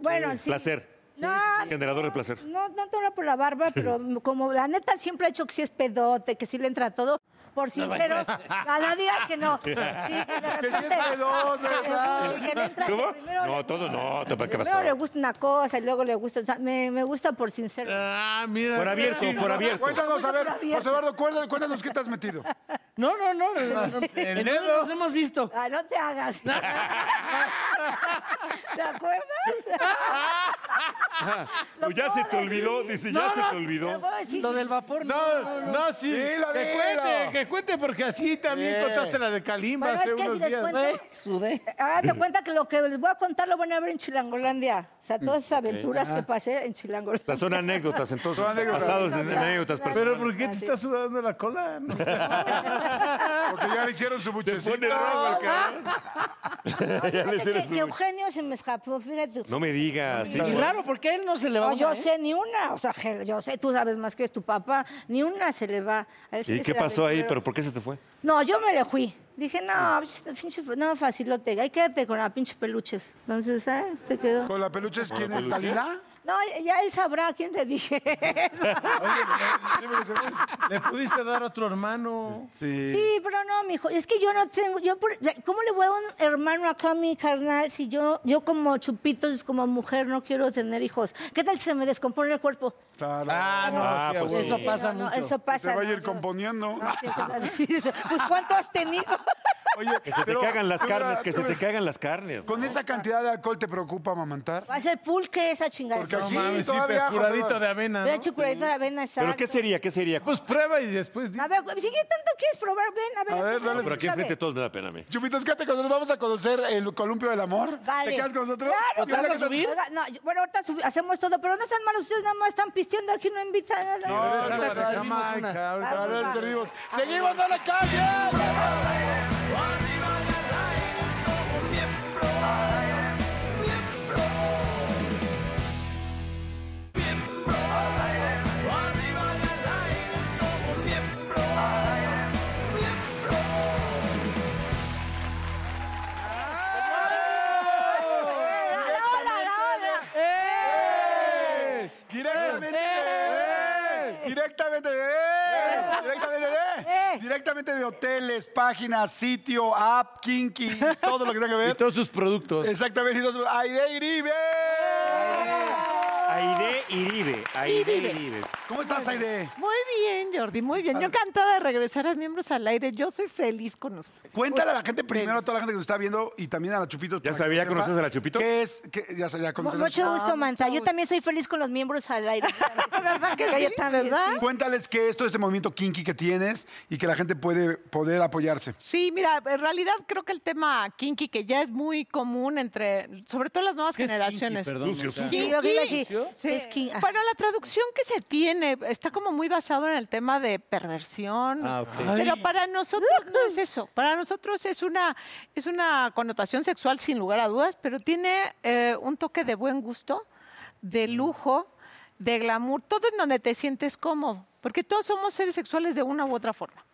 Bueno, sí. Ah, Placer. No, Generador de placer. no, no te hablo por la barba, pero como la neta siempre he hecho que sí es pedote, que sí le entra todo, por sincero, no, no digas que no. Sí, de Que sí es repente, pedote, claro. que le entra, que ¿Cómo? primero No, le- todo no. ¿Qué pasó? Primero le gusta una cosa y luego le gusta, o sea, me, me gusta por sincero. Ah, mira. Por abierto, por abierto. Cuéntanos, a ver, Está bien. José Eduardo, cuéntanos, cuéntanos qué te has metido. No, no, no. no, no, no. El ¿En dedo. dónde nos hemos visto. Ah, no te hagas. ¿Te acuerdas? O Pues ya se te puedo olvidó, decir. dice, ya No, se no, te te olvidó. puedo decir. Lo del vapor. No, no, sí. Dilo, que dilo. Eh. cuente, que cuente, porque así también contaste la de Kalimba Bueno, hace es que si unos les días. cuento- Güey, sudé. Hagan de cuenta que lo que les voy a contar lo van a ver en Chilangolandia. O sea, todas esas aventuras que pasé en Chilangolandia. O sea, son anécdotas, entonces. Pasados de anécdotas. Pero- Pero ¿por qué te Así. estás sudando la cola? No. Porque ya le hicieron su Se buchecito. pone rojo el cabrón. Ya le hicieron Fíjate que, que su- Eugenio se me escapó, fíjate. No me digas. Ah, sí. Y raro, porque a él no se le va ¿eh? No, a yo sé ni una, o sea, je- yo sé, tú sabes más que es tu papá, ni una se le va. A él sí ¿Y que qué se la pasó ahí? aventura. ¿Pero por qué se te fue? No, yo me le fui. Dije, no, pues, pinche, no, facilote, ahí quédate con la pinche peluches. Entonces, ¿sabes? Se quedó. ¿Con la peluche es quién la es? peluche? ¿Talila? No, ya él sabrá quién te dije. Le pudiste dar a otro hermano. Sí, pero no, mijo. Es que yo no tengo. Yo por- ¿Cómo le voy a un hermano acá a mi carnal si yo, yo como chupitos, como mujer, no quiero tener hijos? ¿Qué tal si se me descompone el cuerpo? Claro. Ah, no, Ah, sí, pues Eso abuelo. pasa No, no, mucho. eso pasa. Se va a no, ir yo- componiendo. No, sí, eso- pues ¿cuánto has tenido? Oye, Que se te pero- cagan las pero mira, carnes, que se pero te cagan las carnes. Con esa cantidad de alcohol te preocupa amamantar. Va a ser pulque esa Porque chingadera. aquí Mames, sí, todavía. pero curadito José, de avena. Pero ¿no? chucuradita de avena, exacto. ¿Pero qué sería? ¿Qué sería? Pues prueba y después dices. A ver, si ¿qué tanto quieres probar? Ven, a ver. A ver, tú dale, dale, Por aquí sabe. enfrente de todos me da pena a mí. Chupitos, quédate con nosotros. Vamos a conocer el columpio del amor. Vale. ¿Te quedas con nosotros? Claro, Mira claro. que está- Oiga, no, yo- bueno, ahorita subi- hacemos todo, pero no sean malos ustedes, nada más están pisteando aquí, no invitan a nadie. No, ahorita no, todavía no, vimos Jamaica, una. ahorita- A ver, Vamos, servimos. Ah, ¡Seguimos, no le calles! Directamente. ¡Eh! Directamente. ¡Eh! Directamente. ¡eh! Directamente de hoteles, páginas, sitio, app, kinky, todo lo que tenga que Y ver. todos sus productos. Exactamente. entonces, Aide Iribe. Aide Iribe. Aide Iribe. ¿Cómo estás, Aide? Muy bien, Jordi, muy bien. Yo encantada de regresar a Miembros al Aire. Yo soy feliz con ustedes. Cuéntale a Pues, la gente primero, a toda la gente que nos está viendo y también a la Chupitos. ¿Ya para que sabía, sepa conoces a la Chupitos? ¿Qué es? qué- ya sabía, Mu- conoces a la Mucho gusto, Manta. Yo gusto. también soy feliz con los miembros al aire. ¿Verdad que Yo sí? también, sí. ¿Verdad? Chupitos. Ah, Cuéntales qué es todo este movimiento kinky que tienes y que la gente puede poder apoyarse. Sí, mira, en realidad creo que el tema kinky, que ya es muy común entre, sobre todo las nuevas ¿Qué es kinky? generaciones. Perdón, Sucio, o sea, Sí, yo digo así, Sí. es que- ah. Bueno, la traducción que se tiene está como muy basado en el tema de perversión. Ah, ok. Pero para nosotros no es eso. Para nosotros es una, es una connotación sexual sin lugar a dudas, pero tiene eh, un toque de buen gusto, de Mm. lujo, de glamour, todo en donde te sientes cómodo. Porque todos somos seres sexuales de una u otra forma.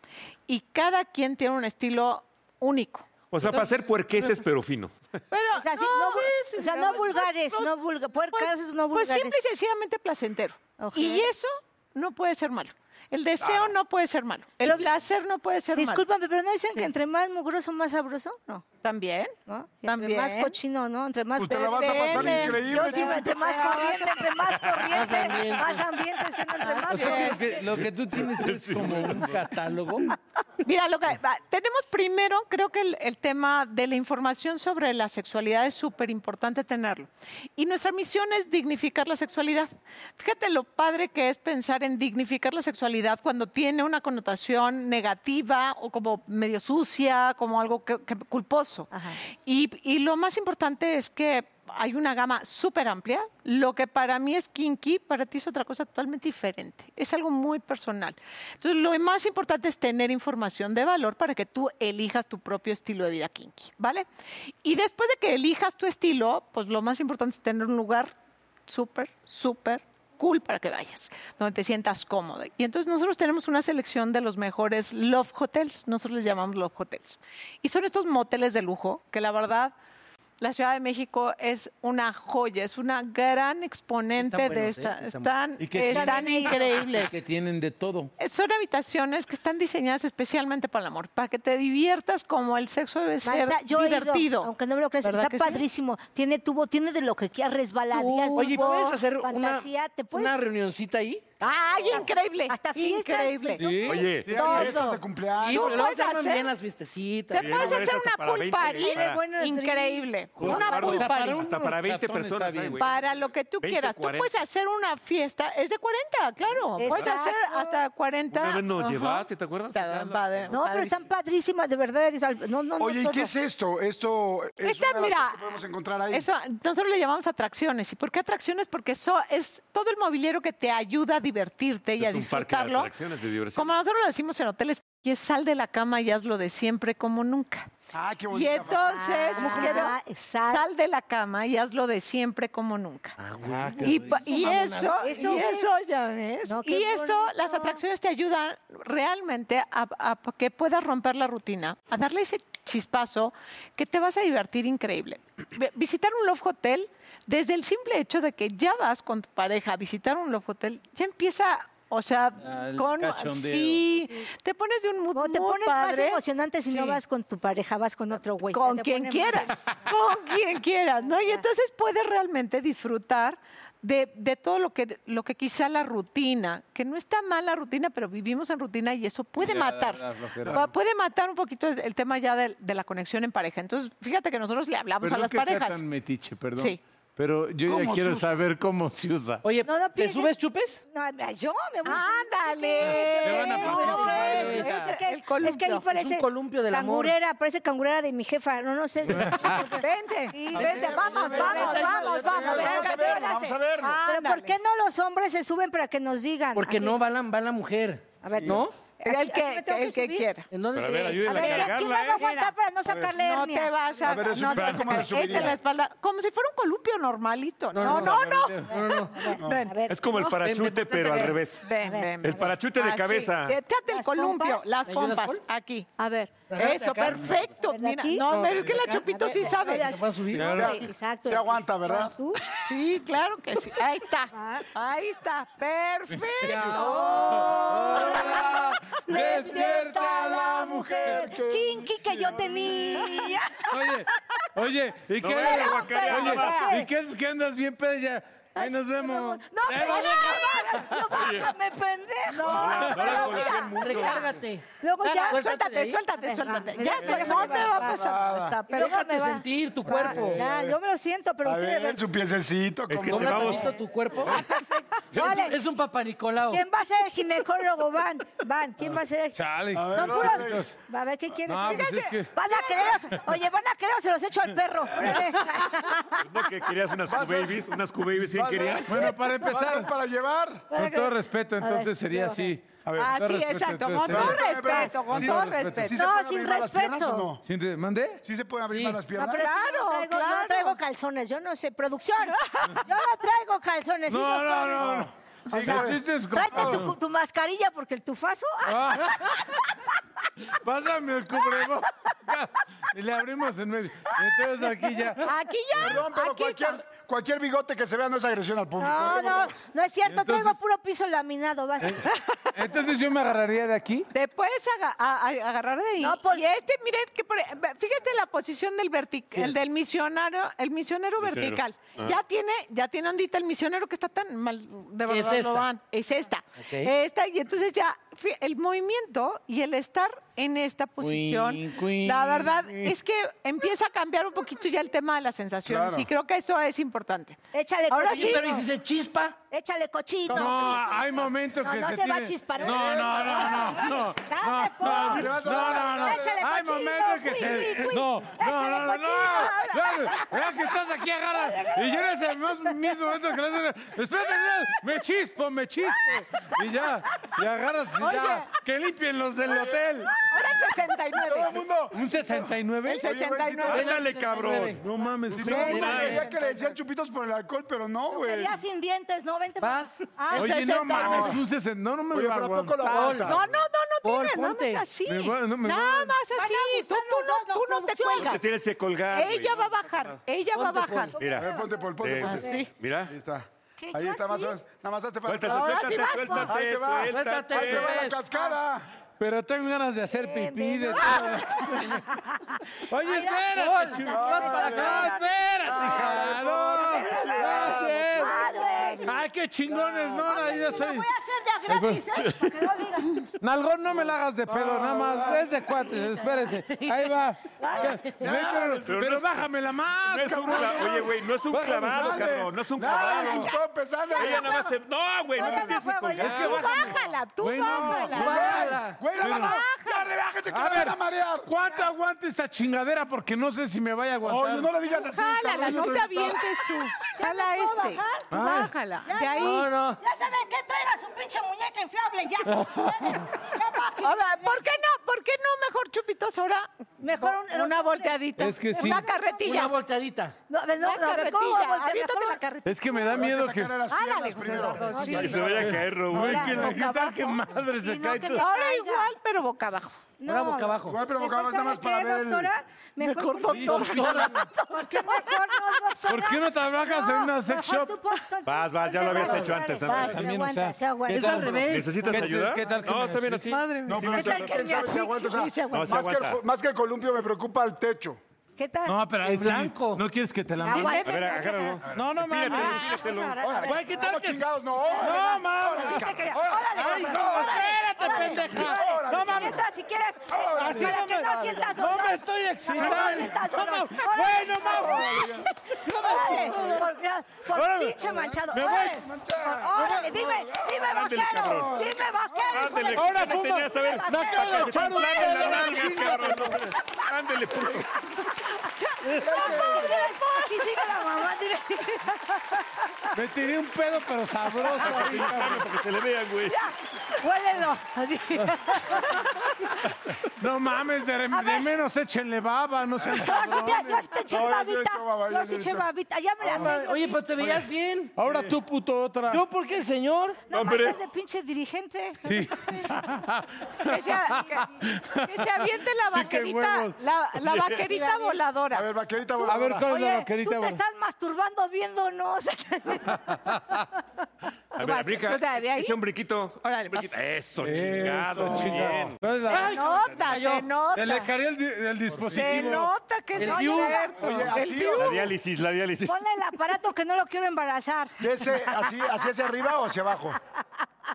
Y cada quien tiene un estilo único. O sea, para ser puerqueses, pero fino. Pero, O sea, sí, no vul- o sea, no vulgares, no vulga- puercas, no Pues simple vulgares. y sencillamente placentero. Ok. Y eso no puede ser malo. El deseo no puede ser malo. El placer no puede ser malo. Discúlpame, pero ¿no dicen que entre más mugroso, más sabroso? No. También. ¿No? Y También. Entre más cochino, ¿no? Entre más Usted la vas a pasar Depende. increíble, Yo sí, chiquita. entre más corriente, entre más corriente, ambiente. más ambiente, sí, no, entre más O sea, que lo, corriente. que, lo que tú tienes es como un catálogo. Mira, lo que, va, tenemos primero, creo que el, el tema de la información sobre la sexualidad es súper importante tenerlo. Y nuestra misión es dignificar la sexualidad. Fíjate lo padre que es pensar en dignificar la sexualidad cuando tiene una connotación negativa o como medio sucia, como algo que- que culposo. Ajá. Y, y lo más importante es que hay una gama súper amplia. Lo que para mí es kinky, para ti es otra cosa totalmente diferente. Es algo muy personal. Entonces, lo más importante es tener información de valor para que tú elijas tu propio estilo de vida kinky, ¿vale? Y después de que elijas tu estilo, pues lo más importante es tener un lugar súper, súper cool para que vayas, donde te sientas cómodo. Y entonces nosotros tenemos una selección de los mejores love hotels, nosotros les llamamos love hotels. Y son estos moteles de lujo que la verdad la Ciudad de México es una joya, es una gran exponente Están de buenos, ¿eh? esta. Sí, están Están, buenos. ¿Y qué están tienen? increíbles. Que tienen de todo. Eh, Son habitaciones que están diseñadas especialmente para el amor, para que te diviertas como el sexo debe ser Marta, yo he ido, divertido. aunque no me lo creas, ¿Verdad está que sí? padrísimo. Tiene tubo, tiene de lo que quieras, resbaladillas. Oye, tubo, ¿puedes hacer una, fantasía, ¿Te puedes... una reunioncita ahí? ¡Ay, increíble! Hasta fiestas. Increíble. Oye, Tienes que fiestas de cumpleaños. Sí, pero luego puedes se arman hacer- bien las Te fiestecitas. Bien, puedes hombre, hacer hasta una para pool 20, party para- Viene bueno el increíble. Justo, Una Eduardo, pool hasta party. hasta para 20 personas hay, güey. Para lo que tú 20, quieras. Tú 40. puedes hacer una fiesta. Es de 40, claro. Puedes Exacto. hacer hasta 40. Una vez nos Ajá. llevaste, ¿te acuerdas? Está Acá, padre, No, pero están padrísimas, de verdad. es al- No, no, no, Oye, ¿y qué todo. es esto? Esto es Esta, una de las mira, cosas que podemos encontrar ahí. Eso, nosotros le llamamos atracciones. ¿Y por qué atracciones? Porque eso es todo el mobiliario que te ayuda a divertirte y Es a un parque de disfrutarlo. atracciones de diversión. Como nosotros lo decimos en hoteles, y es sal de la cama y hazlo de siempre como nunca. Ah, qué Y bonita. entonces, Ah, quiero- exacto. sal de la cama y hazlo de siempre como nunca. ah, y, pa- y eso, Eso y es. eso ya ves. No, y qué esto, las bonito. atracciones te ayudan realmente a, a que puedas romper la rutina, a darle ese chispazo que te vas a divertir increíble. Ve- Visitar un love hotel, desde el simple hecho de que ya vas con tu pareja a visitar un love hotel, ya empieza... O sea, Ah, el con cachondeo. sí, te pones de un mood No, te muy pones más padre. emocionante si no Sí. vas con tu pareja, vas con otro güey. Con Te quien pones- quieras, con quien quieras, ¿no? Y entonces puedes realmente disfrutar de, de todo lo que, lo que quizá la rutina, que no está mal la rutina, pero vivimos en rutina y eso puede Ya, matar. la flojera. Va- puede matar un poquito el, el tema ya del- de, la conexión en pareja. Entonces, fíjate que nosotros le hablamos a Perdón las que sea parejas. tan metiche, perdón. Sí. Pero yo ya ¿Cómo se quiero usa? saber cómo se usa. Oye, No, no ¿te pienses- subes chupes? No, mira, yo me voy. ¡Ándale! Le van a Pero partir ¿qué es? su madre. ¿Eso qué es? El columpio. Es que ahí Es un parece columpio del amor. cangurera, parece cangurera de mi jefa, no, no sé. Vente, Sí. vente, vamos, vamos, vamos, vamos. Vamos a verlo, vamos a verlo. Pero ¿por qué no los hombres se suben para que nos digan? Porque Así. no va la, va la mujer. A ver, ¿No? Aquí- El aquí me que, tengo el que subir. quiera. ¿En dónde Pero a se ver, ve? A ayúdenla ver, ¿quién- ¿quién me va cargarla, a ¿eh? aguantar para no sacarle No hernia? te vas a... A ver, no, espera, ¿cómo esta la es subiría? la espalda, como si fuera un columpio normalito. No, no, no. Ven, A ver, Es como el parachute, ven, pero al ven. revés. ven, ven, El ven. parachute de Así, cabeza. Siéntate el ¿Las columpio, pompas? las ¿Me ayudas, pompas, Paul? aquí. a ver. Agárrate Eso, acá. perfecto. ¿De Mira, aquí? no, No, pero es que de la acá. Chupito sí No, de sabe. aquí. ¿Te puedo subir? Ok, Exacto. Se aguanta, ¿verdad? ¿Tú? Ah. Sí, claro que sí. Ahí está. Ahí está. Perfecto. ¡Despierta la mujer! Kinky que yo tenía. Oye, oye, ¿y qué? vayas a guacarear, oye, mamá. ¿y qué es que andas bien pedo ya? Ahí nos vemos. No, Eh, pero no, vale. no, bájame, pendejo. no la golpeen mucho. Recárgate. Luego ya. Suéltate, suéltate Ah, de ahí. suéltate, suéltate, Venga, suéltate. venga, Ya, venga, suéltate. no venga, te va a va, pasar. va, no está, va. pero Luego Ah, Déjate me va. Ah, sentir tu cuerpo. Ya, yo me lo siento, pero A usted de ver, ver. su piececito. Es que como- te Dobla vamos- tantito tu cuerpo. Es un- Vale. Es un papá Nicolau. ¿Quién va a ser el ginecólogo? Van, van, ¿quién va a ser el Chale. Son puros. Dios. Va a ver qué quieres. No, pues es Fíjate, que- Van a querer. Oye, van a querer, o se los echo al perro. Órale. Es lo que querías unas Q-Babies, unas Q-Babies, ¿quién Vas a- querías? Bueno, para ¿Vas a empezar, ser para llevar. con todo respeto, A ver, entonces sería yo- eh, así. Con Así, todo respeto, exacto. Con entonces todo sería- Espérame, espérame. respeto, con este, ¿eh? Sí, todo con respeto. respeto. ¿Sí se No, pueden sin abrir más las piernas respeto. o no? ¿Sí te- ¿Mandé? ¿Sí se pueden abrir más las No, piernas? Ah, pero es Claro, que yo no traigo, yo no claro. traigo calzones, yo no sé. Producción, yo no traigo calzones. ¿sí No, los no, traigo? no. no. O Sí, sea, el chiste es Tráete como- tu, cu- tu mascarilla porque el tufazo. ah, Pásame el cubrebocas. Y le abrimos en medio. Entonces aquí ya. Aquí ya. Perdón, pero aquí cualquier, cualquier bigote que se vea no es agresión al público. No, no, no es cierto, Entonces- Eh, traigo puro piso laminado. Vas. Entonces yo me agarraría de aquí. Te puedes aga- a- a- agarrar de ahí. No, Paul. Y este, miren, que por- fíjate la posición del vertic- el del misionero, el misionero vertical. Ah. Ya tiene, ya tiene ondita el misionero que está tan mal, de ¿Qué es verdad esta? lo van. Es esta. Ok. Esta, y entonces ya fí- el movimiento y el estar en esta posición, Cuin, cuin, la verdad cuin. es que empieza a cambiar un poquito ya el tema de las sensaciones. Claro. Y creo que eso es importante. Échale Ahora cochino. sí, Pero ¿y si se chispa? Échale cochino. No, hay momentos No, que no se se va a tiene- chispar. ¿eh? No, no, no, no, no. Dame, no, no, Paul. no, no, Ah, no. Échale Hay cochino, momentos que cuin, se cuin, cuin. No, no, Échale no, no, no. cochino. Dale, Vea que estás aquí agarra. Y yo en ese mismo mismo momento que le haces, espérate, espérate, me chispo, me chispo. Y ya, y agarras y ya. Que limpien los del hotel. Ahora el 69. mundo. ¿Un 69? El 69. Ándale, cabrón. No pues mames, sí, Todo el mundo no, creía que le decían chupitos por el alcohol, pero no, güey. Ya sin dientes, no, vente. Vas. Ah, el Oye, no 69. mames, un 60. No, no me Oye, lo pero ¿a poco lo Paul, aguanta? No, no, no, no Paul, tienes, nada ponte. más así. Me voy- no, me nada voy. más así. Tú, tú no, no, tú no te producción. Te cuelgas. tienes que colgar. güey, Ella ¿no? va a bajar, ella va a Ponte, bajar. Paul. A ver, Mira, ponte por eh, ponte. Ah, ponte. Así. mira. Ahí está. ¿Qué, Ahí yo está más así? o menos. Nada más hazte para Suéltate, atrás. Ahora sí suéltate, vas, Ahí suéltate, te va. suéltate. Ahí te va la Suéltate. cascada. Pero tengo ganas de hacer pipí de Paul, todo. Oye, pues. espérate, chulo. vas para No, acá. espérate, hija, no. No, Madre. espérate. Ay, qué chingones, no, no, yo soy. Voy a Ah, hacer de a gratis, ¿eh? Para que no digan. Nalgón, no me la hagas de pedo, nada más. Ah, Tres de cuates, espérese. Ahí va. Ve, pero, Pero pero no- bájame la No más, es un cabrón. cla- Oye, güey, no es un Bájame, clavado, dale. cabrón. No es un Dale, clavado. sus topes, dale. Ella nada más se... No, güey, no te Oye, tienes que no, colgar. güey, ya. Es que Tú bájala, tú Bueno, bájala. Bájala. Güey, la mamá. Ya relájate que A la ver, van a marear. ¿cuánto aguanta esta chingadera? Porque no sé si me vaya a aguantar. Oye, no le digas así. Jálala, cabrón, no te entrevistado. avientes tú. Jala puedo este. bajar? Tú Bájala. Ya De ahí. No, no. Ya saben que traigan su pinche muñeca inflable, ya. Ya bajen. Ahora, ¿por qué no? ¿Por qué no mejor chupitos ahora? Mejor un- una los- volteadita. Es que sí. Una carretilla. Una volteadita. No, a ver, no, una no, a ver, ¿cómo voy a carretilla. voltear? Aviéntate Mejor- la carretilla. Es que me da miedo que. Sacarle las Ándale, piernas José primero. Eduardo, sí. Que se vaya a caer, Robo. Güey, que Ahora, la boca que tal que madre Y se no cae que todo. me- Ahora Caiga. igual, pero boca abajo. Ahora boca abajo. Igual, pero boca abajo, nada más ¿sabe para qué, ver el- doctora? Mejor, Doctora. ¿Por qué mejor no, doctora? ¿Por qué no trabajas en una sex mejor shop? tú ponte- Vas, vas, ya lo habías hecho antes, Dale, ¿no? dale, También, se o sea, aguanta, se aguanta. ¿qué Es tal? al revés. ¿Necesitas ¿Qué te- ayuda? qué tal que No, me está bien asfixie? así. Madre mía. No, pero ¿Qué no se tal que me aguanta. ¿Sabes si asfixie? aguanta? O sea, No, se Más que el aguanta. co- más que el columpio me preocupa el techo. ¿Qué tal? No, pero ahí El sí, ¿No quieres que te la mande? Aguanta, A ver, aguanta, agárralo. agárralo. No, no Estírate, mames. estírate. Órale. Güey, ¿qué tal No, que- chingados, no, No órale. mames. Órale, te quería- órale, Ay, órale, no, órale, espérate, órale, pendeja. órale. No mames. Neta, si quieres, eh, Así para no que me- no sientas no dolor. me estoy Para que excitando. No sientas No dolor. mames. Órale. Bueno, mames. Órale, por- mira, Por Órale. pinche manchado. Me voy. Órale, Órale, dime, dime Ándale, vaquero. cabrón. Dime vaquero. hijo de Ándele, tu ahora puta tenías a ver. madre. No acabo de echar un pedo, en no las nalgas, chingues. cabrón. Ándele, puto. Aquí sigue la mamá, dile. Me tiré un pedo, pero sabroso. ahí, cabrón. Para que se le vean, güey. Huélelo. Así. No mames, de, de menos échenle baba, no sean Yo Ah, sí te, yo sí te eché No, yo sí babita. echo baba, yo Yo sí sí eché echo. babita. Ya me la sé. Oye, pero te veías bien. Ahora tú, puto, otra. ¿Yo por qué el señor? No más Hombre. es Ah, de pinche dirigente. Sí. Que se, que- que se aviente la Sí, qué vaquerita, huevos. la, la vaquerita A voladora. ver, vaquerita, A ver, ¿cuál es la Oye, tú vaquerita? te estás masturbando viéndonos. A ver, Vas, abrica. tú de ahí. Echa un briquito. Órale, Un briquito. Eso, chingado. Eso, Bien. ¿Cuál es Se la- nota, se Se le nota. cayó el, di- el Se dispositivo. nota que es El Diu. experto. Oye, El así, Diu. La diálisis, la diálisis. Ponle el aparato que no lo quiero embarazar. ¿Y ese, así, así hacia arriba o hacia abajo?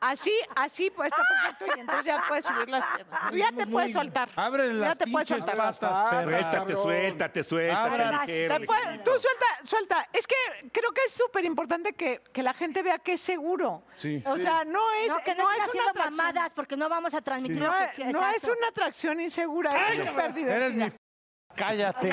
Así, así pues, Ah. está perfecto y entonces ya puedes subir las piernas. Ya te puedes soltar. Abre Ya las te puedes pinches soltar. patas, Abre las perra. patas. Suéltate, cabrón. suéltate, suéltate. Ábrela. ligero, Te puedes- ligero. tú suelta, suelta. Es que creo que es súper importante que, que la gente vea que es seguro. Sí. O sea, no es, No, que no, no es estés una haciendo atracción. mamadas porque no vamos a transmitir No, lo que quieres. no es una atracción insegura, es súper Eres mi... divertida. p- Cállate.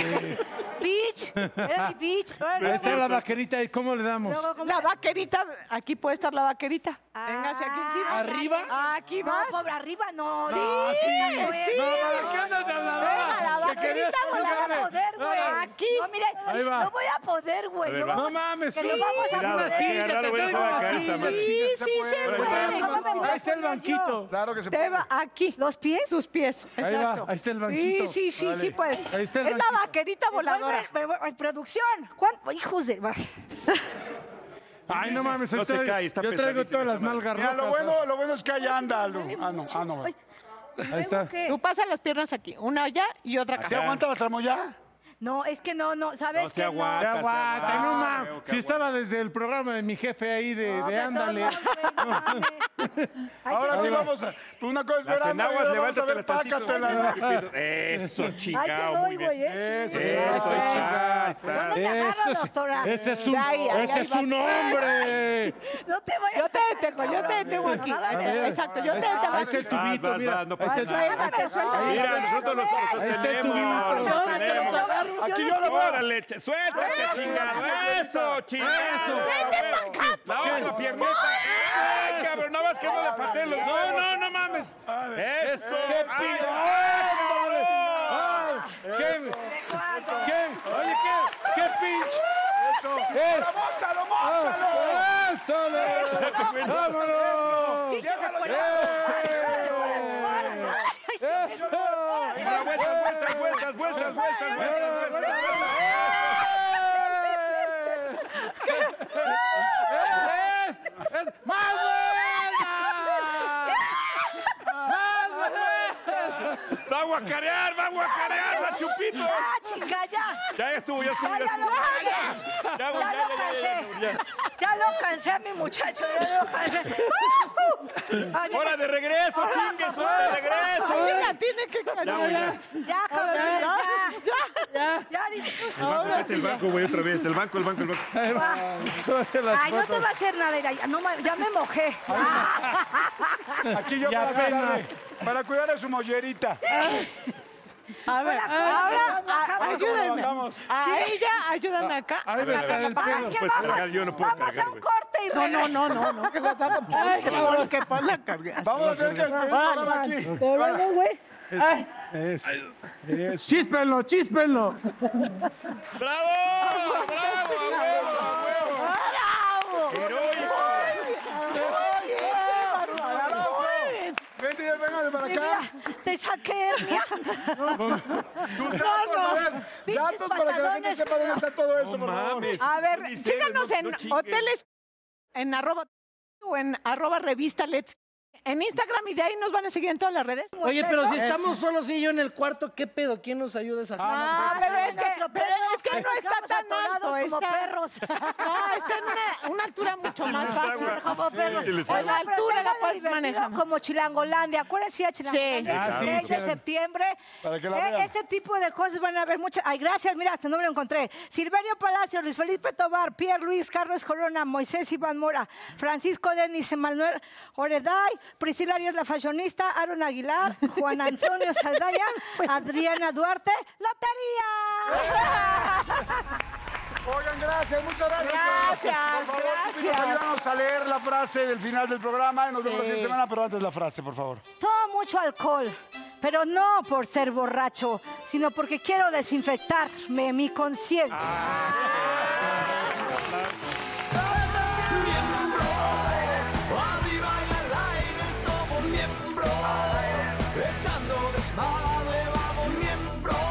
Bitch, era mi bitch. Ahora Ahí está luego- la vaquerita y cómo le damos. luego como- La vaquerita, aquí puede estar la vaquerita. Véngase aquí encima. Ah, ¿Arriba? Aquí No, vas. pobre, arriba no. No, sí, no, sí. No, no, ¿qué andas de habladora? Venga, la Que querías vaquerita No voy a colgarle. poder, güey. No, no. Aquí. No, mire, Ahí va. no voy a poder, güey. A ver, no va. No vamos- mames, que sí. lo vamos a Cuidado, una poner. sí, silla, agarrarlo, te güey, traigo se va a una caer silla, también. chinga. Sí, sí, se Ahí puede. No Ah, me voy a Ahí está poner el yo. banquito. Claro que se Te puede. va aquí. ¿Los pies? Tus pies. Ahí va, Exacto. ahí está el banquito. Sí, sí, sí, Órale. sí puedes. Ahí está el es la banquito. vaquerita voladora. Pero, pero, pero, producción. ¿Cuánto? Hijos de. Ay, no mames, No ahí se traigo- cae, está yo traigo pesadísima todas las esa madre. nalgas Mira, rojas. lo bueno, lo bueno es que allá anda, Lu. Ah, no, ah, no. Ahí está. ¿Qué? Tú pasas las piernas aquí, una allá y otra ¿Se acá. aguanta la tramoya? No, es que no, no. ¿Sabes No, se qué? aguanta. Te Aguanta, aguanta, aguanta. no Creo mames. que Si estaba desde el programa de mi jefe ahí de, No, de pero ándale. no, güey, no mames. Ay, Ahora qué sí bueno. vamos a. Una cosa es Las verano, y enaguas, ahora vamos a ver levántate pácatelas. las Eso, Ay, te chingado, voy, muy bien. güey, eh. Eso, Sí. Eso, Eso, chingado. No, está. no te agarro, es- doctora. ese es un, Ya, ahí, ahí, ese ahí es vas. un hombre. No te vayas Yo te a- detengo, yo te detengo aquí. No, no, no, no. Exacto, yo te Ahí detengo está el aquí. Vas, tubito, vas, mira. vas, no Ahí pasa está el- Suéltate, suéltate. Mira, nosotros los los Ahí está el tenemos. tubito. los Suéltate, tenemos. suéltate, suéltate. Aquí yo lo voy. Órale, ch- suéltate, chingado. Eso, chingado. La otra piernita. ¡Ay, cabrón! No vas que no le pateen los No, huevos. no, no mames. Eso. ¡Qué Ay, pido! ay, cabrón. ¡Ay! ¡Qué! ¿Qué? ¡Oye, qué! ¡Qué pinche! ¡Eh! ¡Móntalo, móntalo! ¡Ah! ¡Eso! le- ¡Vámonos! Eh. ¡Eso! Vueltas, vueltas, vueltas, vueltas, vueltas, vueltas, vueltas. ¡Es! ¡Es! ¡Más buenas! ¡Más buenas! Va a guacarear, va a guacarear, la chupito. ¡Ah, chinga, ya! Ya estuvo, ya estuvo, Ya, ya ya lo estuvo. Ya, cansé. güey, Ya ya, ya, ya, lo cansé. ya, ya. Ya lo cansé a mi muchacho, ya lo cansé. Ay, ¡Hora de regreso, chingues! ¡Hora de regreso! Alguien la tiene que Ya, güey, ya. Ya, cabrón, ya. Ya, ya. El banco, vete el banco, güey, otra vez. El banco, el banco, el banco. Ay, no te va a hacer nada, ya, no, ma- ya me mojé. Aquí yo Y para cuidarle, apenas. para cuidar a su mollerita. A ver, ahora a- ayúdenme. Vamos. A ella, ayúdame Ah, acá. Ahí me acá, acá, sale el acá. pelo. Ay, no puedes ¿qué pues, cargar, vamos? yo no puedo vamos cargar, a un güey. corte y No, no, no, regreso. no, no. Que la cargue. Ay, qué bueno que pa- la cargue. Vamos a tener que despedir el programa aquí. ¡Chíspenlo, chíspenlo! ¡Bravo! ¡Bravo! ¡A huevo, a huevo! Heroico. Vente, ya, véngale para acá. Mira, te saqué hernia. Tus datos, a ver. Pinches Datos para que la gente patadones, sepa dónde está todo eso, por favor. mames. A No ver, diseñes, síganos no- en no chingues. hoteles en arroba o en arroba revista Let's en Instagram y de ahí nos van a seguir en todas las redes. Oye, pero si estamos solos y yo en el cuarto, ¿qué pedo? ¿Quién nos ayuda a esa Ah, pero es que, pero es que no está Estamos tan alto. atorados como está, perros. No, está en una, una altura mucho más Como fácil. perros, como perros. Sí, les Oiga, hago. pero altura la estaba puedes divertido manejar. Como Chilangolandia. Acuérdense a Sí. Chilangolandia. Ah, sí, el 6 de Chilango. septiembre. Para que la Eh, vean. Este tipo de cosas van a haber muchas. Ay, gracias. Mira, hasta no me lo encontré. Silverio Palacio, Luis Felipe Tobar, Pierre Luis, Carlos Corona, Moisés Iván Mora, Francisco Denis, Emanuel Oreday, Priscila Arias la fashionista, Aaron Aguilar, Juan Antonio Saldaña, Adriana Duarte, Lotería. Oigan, gracias, muchas gracias. Gracias, Por favor, chupitos, gracias. ayúdanos a leer la frase del final del programa. Nos vemos Sí. la siguiente semana, pero antes la frase, por favor. Tomo mucho alcohol, pero no por ser borracho, sino porque quiero desinfectarme mi conciencia. Arriba y al aire somos miembros, echando desmadre vamos miembros,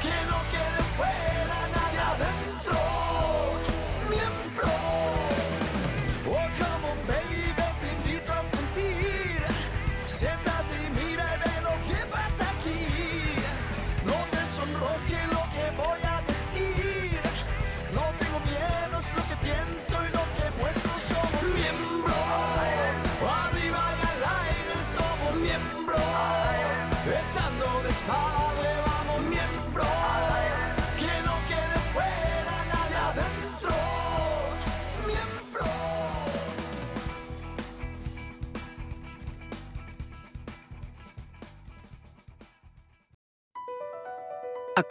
que no quede fuera nadie adentro, miembros. Oh, come on baby, te invito a sentir, siéntate y mira y ve lo que pasa aquí, no te sonroje lo que voy a decir, no tengo miedo, es lo que pienso y lo que muestro somos miembros. Arriba y al aire somos miembros. Echando desmadre vamos miembros. Que no quede fuera nadie adentro. Miembros.